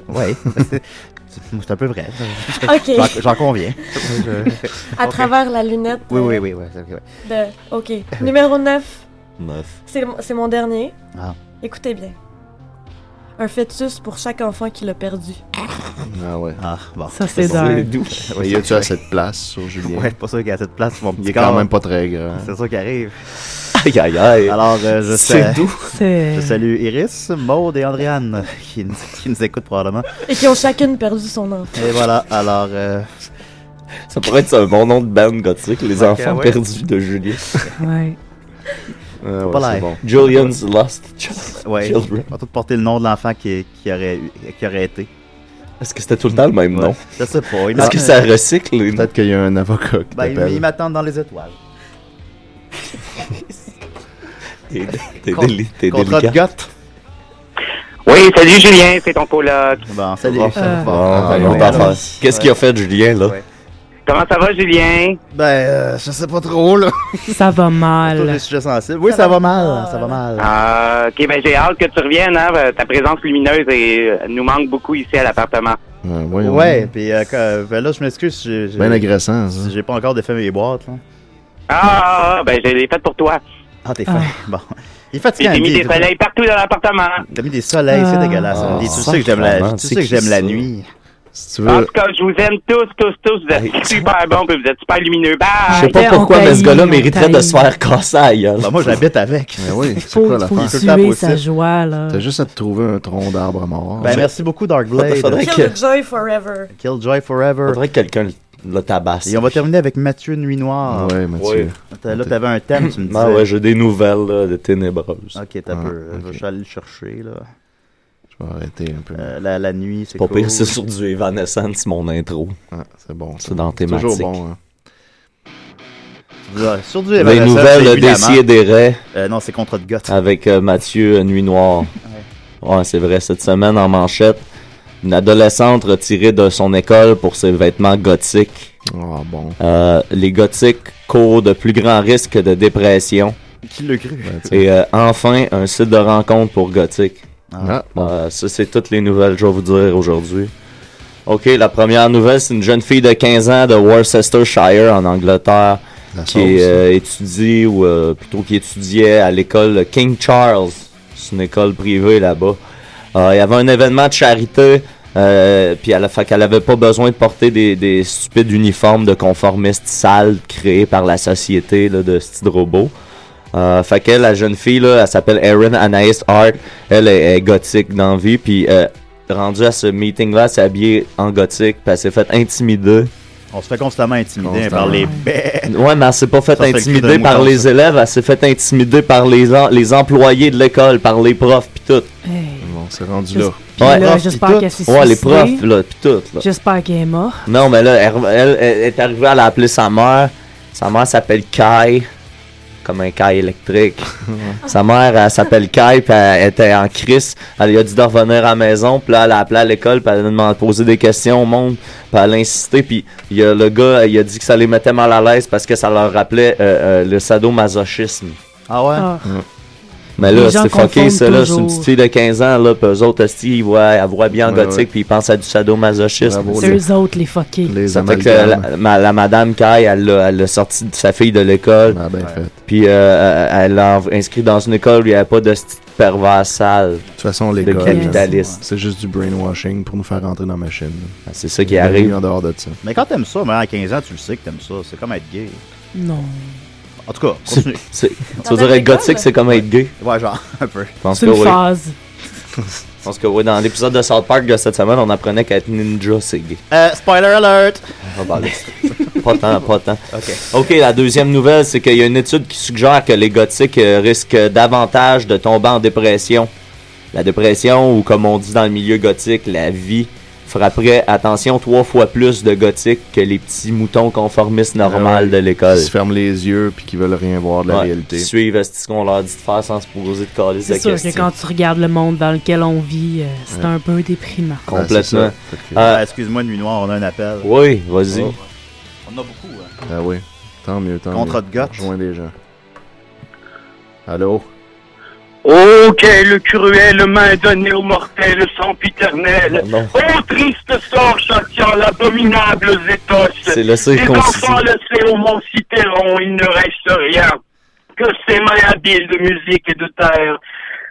D: Ouais. C'est un peu vrai.
I: Ok,
D: J'en- J'en conviens.
I: à travers la lunette.
D: Oui, oui,
I: euh,
D: oui. ouais, c'est ok, ouais.
I: de- Ok, numéro 9,
F: Neuf.
I: c'est c'est mon dernier.
D: Ah.
I: Écoutez bien. Un fœtus pour chaque enfant qui l'a perdu.
G: Ah ouais.
D: Ah, bon.
E: Ça, c'est
F: C'est
E: dark.
F: doux.
G: Mais y a-tu assez de place sur Julien?
D: Ouais, pas sûr qu'à cette place, mon
G: Il
D: petit
G: est quand
D: corps.
G: même pas très grand.
D: C'est ça qui arrive.
F: Aïe, aïe, aïe.
D: Alors, euh, je
F: C'est
D: sais.
F: doux.
E: C'est.
D: Je salue Iris, Maude et Andréane qui, nous- qui nous écoutent probablement.
I: Et qui ont chacune perdu son enfant.
D: Et voilà, alors euh,
F: Ça pourrait être un bon nom de band gothique, Les
G: Ok,
F: enfants
G: ouais.
F: perdus de Julius.
E: Ouais.
G: Pas
F: ouais,
D: l'air.
F: c'est bon. Julian's Lost Ch-
D: Ouais.
F: Children.
D: On va tout porter le nom de l'enfant qui, qui, aurait, eu- qui aurait été.
F: Est-ce que c'était tout le temps le même nom?
D: Je sais pas. il
F: Est-ce que
D: m'a-
F: ça recycle? les-
G: Peut-être qu'il y a un avocat qui
D: Ben,
G: t'appelle.
D: ils- ils m'attendent dans les étoiles.
F: T'es t'es
D: Con-
F: déli- t'es
D: contrat de
F: délicat.
D: goth.
K: Oui, salut Julien, c'est ton coloc.
D: Bon, salut.
F: Bon,
D: Ça va.
F: bon,
D: Ah,
F: bon,
D: ouais,
F: parfait.
D: alors.
F: Qu'est-ce qu'il a fait, Julien, là?
K: Comment ça va, Julien?
D: Ben, euh, je sais pas trop, là.
E: Ça va mal.
D: Des sujets sensibles. Oui, ça va mal. Ça va mal.
K: Ah, ok, ben j'ai hâte que tu reviennes, hein. euh, Ta présence lumineuse et, euh, nous manque beaucoup ici à l'appartement.
G: Ouais, voyons.
D: Ouais, puis euh, quand- ben là, je m'excuse. j'ai- j'ai-
G: Ben agressant, ça.
D: J'ai pas encore défait mes boîtes, là.
K: Ah, ah, ben je l'ai faite pour toi.
D: Ah, t'es fin. Bon. Il est
K: J'ai
D: fatigué.
K: mis des soleils partout dans l'appartement.
D: T'as mis des soleils, c'est
K: Ah.
D: dégueulasse.
K: Ah,
D: Et tu sais que j'aime la,
G: sacrément,
D: tu
G: c'est
D: sais que
G: qui
D: j'aime la
G: ça?
D: nuit.
G: Si tu
K: En
G: veux.
K: tout cas, je vous aime tous, tous, tous. Vous êtes super bons puis vous êtes super lumineux. Bye!
E: Ah,
F: Je sais pas pourquoi, mais ce gars-là mériterait de se faire casser à la gueule.
D: Ben, moi, j'habite avec.
G: Ben oui, c'est
E: Faut,
G: quoi la
E: faut tuer sa joie, là.
G: T'as juste à te trouver un tronc d'arbre mort.
D: Ben, merci beaucoup, Darkblade.
F: Faudrait que-
I: Joy forever.
D: Killjoy Forever.
F: Faudrait que quelqu'un le tabasse.
D: Et on va terminer avec Mathieu Nuit Noire.
G: Ouais, Mathieu.
D: T'as- Là, t'avais un thème, tu me disais.
F: Ah ouais, j'ai des nouvelles là, de ténébreuses.
D: Ok, t'as peu. Je vais aller le chercher, là.
G: Je vais arrêter un peu.
D: Euh, la, la nuit, c'est
F: Pas
D: cool. Ah,
F: pire, c'est sur du Evanescence, mon intro.
G: c'est bon.
F: C'est dans tes
G: C'est toujours bon. hein.
D: Ouais, sur du
F: Les
D: Evanescence,
F: nouvelles
D: évidemment.
F: d'Essier des Raies.
D: Euh, non, c'est contre de goth.
F: Avec euh, Mathieu euh, Nuit Noire. ouais, c'est vrai, cette semaine en manchette, une adolescente retirée de son école pour ses vêtements gothiques. Euh,
G: bon.
F: les gothiques courent de plus grands risques de dépression.
D: Qui le cru?
F: Et euh, enfin, un site de rencontre pour gothiques.
G: Ah.
F: Euh, ça, c'est toutes les nouvelles que je vais vous dire aujourd'hui. OK, la première nouvelle, c'est une jeune fille de 15 ans de Worcestershire, en Angleterre,
G: La
F: qui
G: sauce. hein.
F: euh, étudie, ou euh, plutôt qui étudiait à l'école King Charles. C'est une école privée là-bas. Euh, il y avait un événement de charité, euh, puis elle, a- fait qu'elle avait pas besoin de porter des, des stupides uniformes de conformistes sales créés par la société là, de style robot. Euh, fait qu'elle, la jeune fille, là, elle s'appelle Erin Anaïs Hart. Elle est, est gothique dans la vie. Puis, euh, rendue à ce meeting-là, elle s'est habillée en gothique. Puis, elle s'est faite intimider.
D: On se fait constamment intimider par les bêtes.
F: Ouais, mais elle s'est pas faite
D: Ça, c'est le cri
F: intimider
D: d'un
F: par
D: mouton,
F: les
D: ça.
F: élèves. Elle s'est faite intimider par les, en- les employés de l'école, par les profs, puis tout.
G: Bon, c'est rendu là.
E: Puis là, j'espère qu'elle s'est
F: Ouais, les
E: suicidée.
F: profs, là, puis tout. là.
E: J'espère qu'elle est morte.
F: Non, mais là, elle, elle- elle est arrivée à l'appeler sa mère. Sa mère s'appelle Kai, comme un Kai électrique. sa mère, elle s'appelle Kai, puis elle était en crise. Elle lui a dit de revenir à la maison, puis là, elle a appelé à l'école, puis elle a demandé poser des questions au monde, puis elle a insisté, puis il y a, le gars, il a dit que ça les mettait mal à l'aise parce que ça leur rappelait euh, euh, le sadomasochisme.
D: Ah ouais?
E: Ah.
F: Mais
E: Les
F: là,
E: gens
F: c'est fucké,
E: confondent
F: ça, là. C'est
E: toujours.
F: une petite fille de 15 ans, là, puis eux autres, aussi, ils voient, elle voit bien en
E: Ouais, ouais.
F: gothique, puis ils pensent à du sadomasochisme.
E: C'est eux autres, les fuckés.
F: Ça fait que la, ma- la madame Kai, elle l'a elle l'a sorti de sa fille de l'école. Puis euh, elle l'a env- inscrit dans une école où il n'y avait pas de style pervers sale. De
G: toute façon,
F: De
G: l'école,
F: capitaliste.
G: C'est juste du brainwashing pour nous faire rentrer dans la machine.
F: Ah, c'est ça qui
G: Ben,
F: arrive.
G: lui, en dehors de ça.
D: Mais quand t'aimes ça, mais à 15 ans, tu le sais que t'aimes ça. C'est comme être gay.
E: Non.
D: En tout cas,
F: C'est-
D: continue.
F: c'est- Tu veux dire être gothique, c'est comme être gay?
D: Ouais, genre, un peu.
F: Je pense que oui. Je pense que oui. Dans l'épisode de South Park de cette semaine, on apprenait qu'être ninja, c'est gay.
D: Euh, spoiler alert!
F: Ah, bah, là, pas tant, pas tant.
D: Ok.
F: OK, la deuxième nouvelle, c'est qu'il y a une étude qui suggère que les gothiques euh, risquent davantage de tomber en dépression. La dépression, ou comme on dit dans le milieu gothique, la vie, frapperait, attention, trois fois plus de gothiques que les petits moutons conformistes normaux de l'école.
G: Ils Ah se ferment les yeux puis qu'ils veulent rien voir de la
F: Ouais,
G: réalité.
F: qui suivent ce qu'on leur dit de faire sans se poser de coller
E: C'est
F: de
E: sûr
F: questions.
E: que quand tu regardes le monde dans lequel on vit, euh, c'est
F: Ouais.
E: un peu déprimant.
F: Complètement.
D: Ah, Excuse-moi, Nuit Noire, on a un appel.
F: Oui, vas-y.
D: Oh. On a beaucoup, hein.
G: Ah oui. Tant mieux, tant
D: Contrat
G: mieux.
D: de goth.
G: Rejoins les gens. Allô?
M: Oh, quelle cruelle main donnée aux mortels sempiternels Oh, triste sort châtiant l'abominable Zétos
F: C'est le
M: Les
F: circoncis.
M: enfants laissés au mont Citeron, il ne reste rien que ces mains habiles de musique et de terre.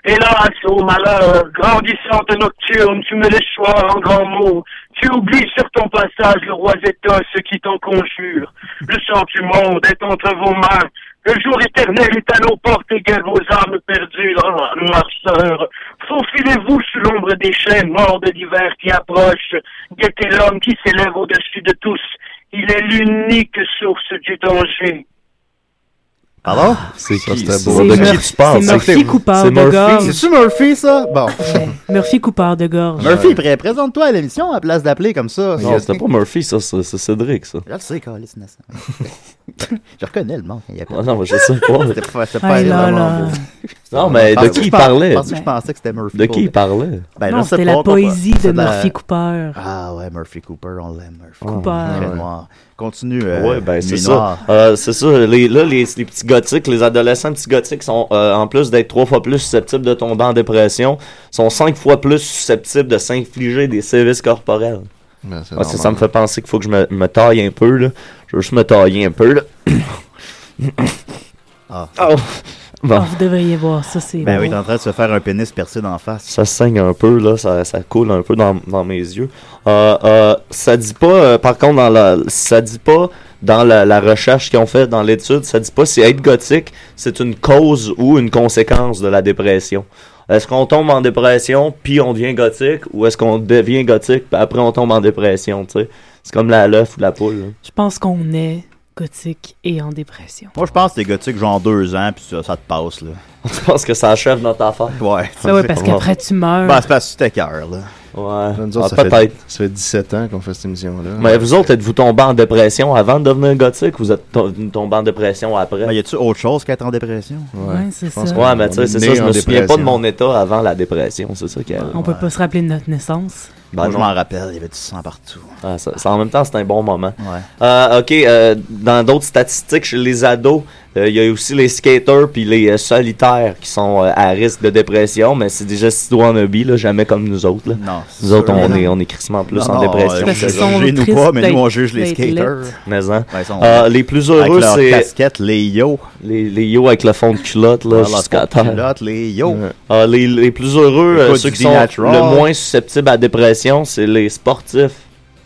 M: Hélas, ô malheur, grandissante nocturne, tu me laisses choir en grands mots. Tu oublies sur ton passage le roi Zétos qui t'en conjure. Le sang du monde est entre vos mains. Le jour éternel est à nos portes égale vos âmes perdues dans la noirceur. Faufilez-vous sous l'ombre des chaînes morts de l'hiver qui approche. Guettez l'homme qui s'élève au-dessus de tous Il est l'unique source du danger.
G: Alors? Ah C'est
E: qui,
G: c'était
E: ça?
G: beau.
E: Ah, C'est Murphy- c'est Murphy
G: C'est-
E: Coupard
G: c'est
E: de
G: Murphy?
E: gorge.
G: C'est-tu Murphy, ça? Bon.
E: Murphy Coupard de gorge.
D: Murphy, pré- présente-toi à l'émission à la place d'appeler comme ça.
F: Non, euh, c'était pas Murphy, ça, c'est c'est Cédric, ça.
D: Je le sais, Carlis Innocent. Je reconnais le monde. Il y a
F: Ah non, mais je sais pas.
D: C'était pas- c'était pas Hey, là, vraiment là. beau.
F: Non, mais de
D: Parce que
F: qui
D: je
F: il
D: pense-
F: parlait?
D: je pensais que je pensais que c'était Murphy
F: De
D: pour
F: qui il
D: vrai.
F: parlait?
D: Ben,
E: Non,
D: je sais
E: c'était
D: pas,
E: la
D: pas-
E: poésie
D: c'est
E: de
D: de la-
E: Murphy Cooper.
D: Ah ouais, Murphy Cooper, on l'aime, Murphy
F: Ah,
D: Cooper.
F: ouais.
D: Très noir. Continue. euh,
F: ouais, ben c'est
D: Nuit
F: ça.
D: Noire.
F: Euh, c'est ça. Les, là, les, les petits gothiques, les adolescents petits gothiques sont, euh, en plus d'être trois fois plus susceptibles de tomber en dépression, sont cinq fois plus susceptibles de s'infliger des sévices corporels.
G: Ben, c'est
F: Ouais, Ah, ça,
G: normal.
F: ça me fait penser qu'il faut que je me, me taille un peu, là. Je veux juste me tailler un peu, là. Oh.
D: Ah.
F: Bon.
E: Ah, vous devriez voir, ça c'est
F: Ben oui,
E: beau.
F: dans-
D: en train de se faire un pénis percé d'en face.
F: Ça saigne un peu, là, ça, ça coule un peu dans, dans mes yeux. Euh, euh, ça dit pas, euh, par contre, dans la, ça dit pas dans la, la recherche qu'ils ont fait dans l'étude, ça dit pas si être gothique, c'est une cause ou une conséquence de la dépression. Est-ce qu'on tombe en dépression, puis on devient gothique, ou est-ce qu'on devient gothique, puis après on tombe en dépression, tu sais? C'est comme la l'œuf ou la poule. là.
E: Je pense qu'on est gothique et en dépression.
D: Moi, je pense que t'es gothique genre deux ans, puis ça, ça te passe, là.
F: tu penses que ça achève notre affaire?
D: Ouais.
E: Ah ouais, parce qu'après, tu meurs.
D: Ben, c'est parce que tu t'écœures, là.
F: Ouais.
G: Nous autres,
F: Ah,
G: ça fait-
F: peut-être.
G: Ça fait 17 ans qu'on fait cette émission-là.
F: Mais vous autres, êtes-vous tombés en dépression avant de devenir gothique ou vous êtes to- tombés en dépression après?
D: Ben, y a-tu autre chose qu'être en dépression?
F: Ouais,
E: c'est
F: je pense
E: ça.
F: qu'on- Ouais, mais tu sais, c'est ça, je
G: en
F: me souviens pas
G: dépression.
F: de mon état avant la dépression, c'est ça qui arrive.
E: On peut pas se rappeler de notre naissance.
F: Ben
D: Moi, je
F: non.
D: m'en rappelle, il y avait du sang partout.
F: Ah, ça- ça- en même temps, c'est un bon moment.
D: Ouais.
F: Euh, ok, euh, dans d'autres statistiques, chez les ados, euh, il y a aussi les skaters puis les euh, solitaires qui sont euh, à risque de dépression, mais c'est déjà si en hobby, là, jamais comme nous autres. Là.
D: Non,
F: nous autres, on
D: sûr.
F: est, on est crissement plus
D: Non,
F: en
D: non,
F: dépression.
D: euh,
F: que les autres.
D: jugez-nous pas, mais nous, on juge les skaters.
F: Mais hein.
D: Ben, ils sont-
F: Euh, les plus
D: Avec
F: heureux,
D: leurs
F: c'est.
D: casquettes, les yo.
F: Les, les yo avec le fond de culotte, là,
D: Ah, leur
F: jusqu'à
D: fond de
F: terre.
D: culotte, les yo.
F: Ah, les, les plus heureux,
D: Écoute,
F: euh, ceux
D: du
F: qui sont
D: D-Natural.
F: le moins susceptibles à la dépression, c'est les sportifs.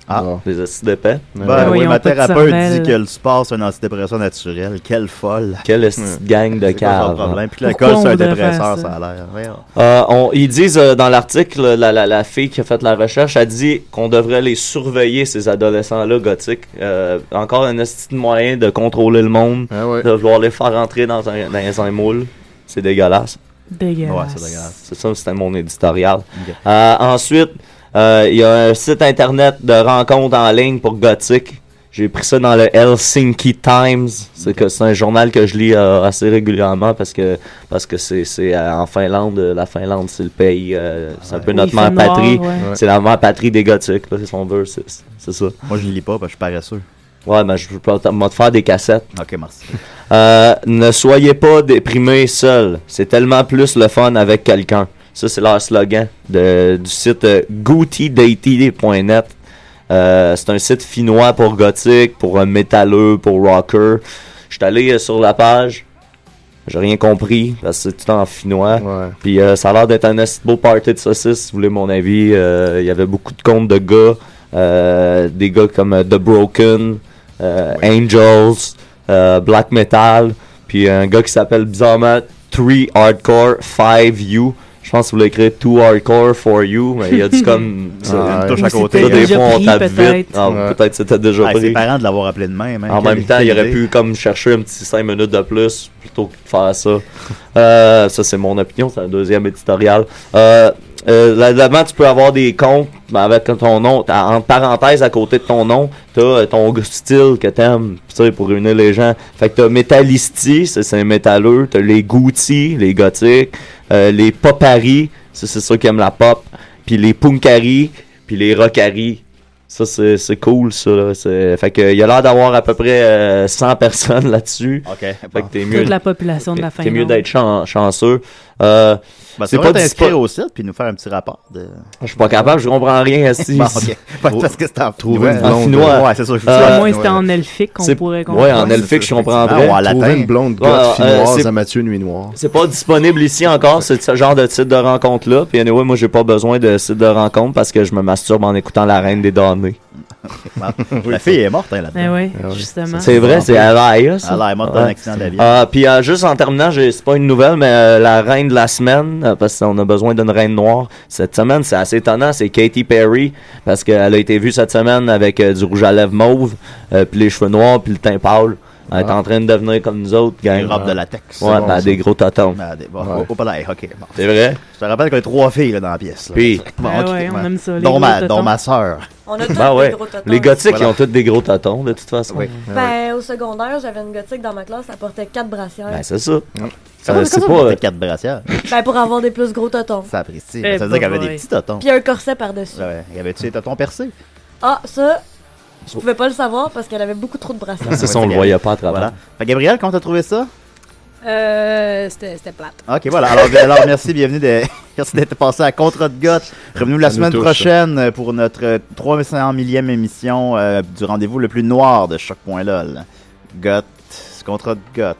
D: Ah.
F: Les assis d'épais.
D: Ben oui, ma thérapeute dit que le sport, c'est un antidépresseur naturel. Quelle folle.
F: Quelle petite gang de hein.
D: C'est quoi son
F: caves.
D: problème? Puis que
F: Pourquoi
D: l'alcool, c'est
F: on
D: un
F: devrait
D: dépresseur,
F: faire
D: ça
F: ça?
D: a l'air. Voyons.
F: Euh, on- ils disent euh, dans l'article, la, la, la fille qui a fait la recherche a dit qu'on devrait les surveiller, ces adolescents-là gothiques. Euh, encore un esti de moyen de contrôler le monde,
D: Ah
F: de vouloir les faire entrer dans un, dans un moule. C'est dégueulasse.
E: Dégueulasse.
F: Ouais, c'est dégueulasse. C'est ça, c'était mon éditorial. Euh, ensuite, euh, il y a un site internet de rencontres en ligne pour gothique. J'ai pris ça dans le Helsinki Times. C'est que c'est un journal que je lis euh, assez régulièrement parce que parce que c'est c'est, euh, en Finlande. euh, La Finlande, c'est le pays, euh, c'est un peu
D: Oui,
F: notre
D: il
F: mère
D: fait noir,
F: patrie.
D: ouais. Ouais.
F: C'est la mère patrie des gothiques, là, si on veut. C'est c'est ça.
D: Moi, je ne lis pas parce que je suis paresseux.
F: Ouais, mais je peux te moi, te faire des cassettes.
D: Ok, merci.
F: Euh, ne soyez pas déprimés seul. C'est tellement plus le fun avec quelqu'un. Ça, c'est leur slogan de- du site euh, gootydatey.net. Euh, c'est un site finnois pour gothique, pour un métalleux, pour rocker. Je suis allé euh, sur la page. J'ai rien compris parce que c'est tout en finnois. Puis euh, ça a l'air d'être un esti beau party de saucisses, si vous voulez mon avis. Euh, Il y avait beaucoup de comptes de gars. euh, des gars comme euh, The Broken, euh, Angels, euh, Black Metal. Puis un gars qui s'appelle bizarrement 3 Hardcore 5 You. Je pense que vous l'écrivez 2 Hardcore for You, mais il y a du comme.
D: Ah, une touche à
F: Ça,
D: côté.
F: Des
D: Déjà
F: fois, on
D: pris,
F: tape vite.
D: peut-être.
F: Ah,
D: Ouais.
F: Peut-être c'était déjà
D: Ah,
F: pris.
D: C'est parent de l'avoir appelé de même. hein.
F: En
D: Quelle-
F: même temps, il
D: quelle
F: aurait
D: idée.
F: pu comme chercher un petit 5 minutes de plus plutôt que de faire ça. Euh, ça, c'est mon opinion, c'est un deuxième éditorial. Euh, euh, là- là-dedans, tu peux avoir des comptes mais avec ton nom. t'as- En parenthèse, à côté de ton nom, t'as euh, ton style que t'aimes, tu sais, pour réunir les gens. Fait que t'as Metallisti, ça, c'est un métalleux. T'as les Gucci, les gothiques. euh, les Popari, ça, c'est ceux qui aiment la pop. Puis les Punkari, puis les Rockari. Ça, c'est c'est cool, ça. Là. C'est- Fait que, il a l'air d'avoir à peu près euh, 100 personnes là-dessus. Fait que t'es mieux.
E: Toute la population de la
F: T'es mieux
E: Finlande.
F: d'être chan- chanceux. Euh,
D: Ben,
F: c'est
D: c'est
F: pas
D: pas
F: dispo-
D: t'inscrire au site puis nous faire un petit rapport. De...
F: Je suis pas capable, je comprends rien. Si,
D: Bon, ok. Parce que c'est en
F: Trouver une
D: Ouais,
F: blonde.
D: en finnois. Ouais, c'est sûr.
E: Si au moins c'était en elfique qu'on
F: C'est-
E: pourrait
F: Ouais, en elfique, je comprendrais.
G: Ah, Trouver une blonde gotte
F: Ouais, euh,
G: finnoise
F: c'est-
G: à Mathieu Nuit Noire.
F: C'est pas disponible ici encore, c'est ce genre de type de rencontre-là. Puis, anyway, moi, j'ai pas besoin de site de rencontre parce que je me masturbe en écoutant La Reine des Données.
D: La fille est morte, hein, là-dedans.
E: Ben oui, justement.
F: Ah C'est vrai, c'est
D: Ah,
F: Alaï, là, ça.
D: Alaï est morte hein. dans un
F: Ouais.
D: accident d'avion.
F: Ah, puis euh, juste en terminant, j'ai- c'est pas une nouvelle, mais euh, la reine de la semaine, euh, parce qu'on a besoin d'une reine noire cette semaine, c'est assez étonnant, c'est Katy Perry, parce qu'elle a été vue cette semaine avec euh, du rouge à lèvres mauve, euh, puis les cheveux noirs, puis le teint pâle. Elle est
D: Ah.
F: en train de devenir comme nous autres, gang.
D: Une robe de latex.
F: Ouais,
D: C'est bon,
F: ben,
D: ça.
F: des gros totons.
D: Ben, des- bon,
F: Ouais.
D: au- au palais, ok. bon.
F: C'est vrai?
D: Je te rappelle qu'il y a trois filles là, dans la pièce. là.
F: Puis.
D: Bon,
F: Ah
D: ok,
F: ouais, on
D: bon.
F: aime ça, les
D: Dont
F: gros
D: ma,
F: tontons.
D: dont ma sœur.
I: On a tous
F: Ben
I: des
F: ouais.
I: gros tontons.
F: Les gothiques,
D: Voilà.
F: ils ont tous des gros totons, de toute façon.
I: Ben, au secondaire, j'avais une gothique dans ma classe, elle portait quatre brassières.
F: Ben, c'est ça.
D: Ça,
F: Euh,
D: c'est
F: c'est
D: pas
F: pas-
D: des quatre brassières.
I: Ben, pour avoir des plus gros totons.
D: Ça apprécie.
F: Ben,
I: Eh
D: Ça veut dire qu'elle avait
I: boy.
D: des petits totons.
I: Puis un corset par-dessus.
D: Ouais, il y avait-tu des totons percés?
I: Ah, ça,
D: Oh.
I: je pouvais pas le savoir parce qu'elle avait beaucoup trop de brassières.
F: C'est ça, on le voyait pas à travers.
D: Voilà. Fait, Gabriel, comment t'as trouvé ça?
H: Euh, c'était c'était plate.
D: Ok, voilà. Alors, alors merci, bienvenue. De... Merci d'être passé à Contre de Goth. Revenez-nous la
G: Ça nous
D: semaine
G: touche,
D: prochaine euh, pour notre euh, 300 millième émission euh, du rendez-vous le plus noir de choc.lol. Goth, contre de Goth.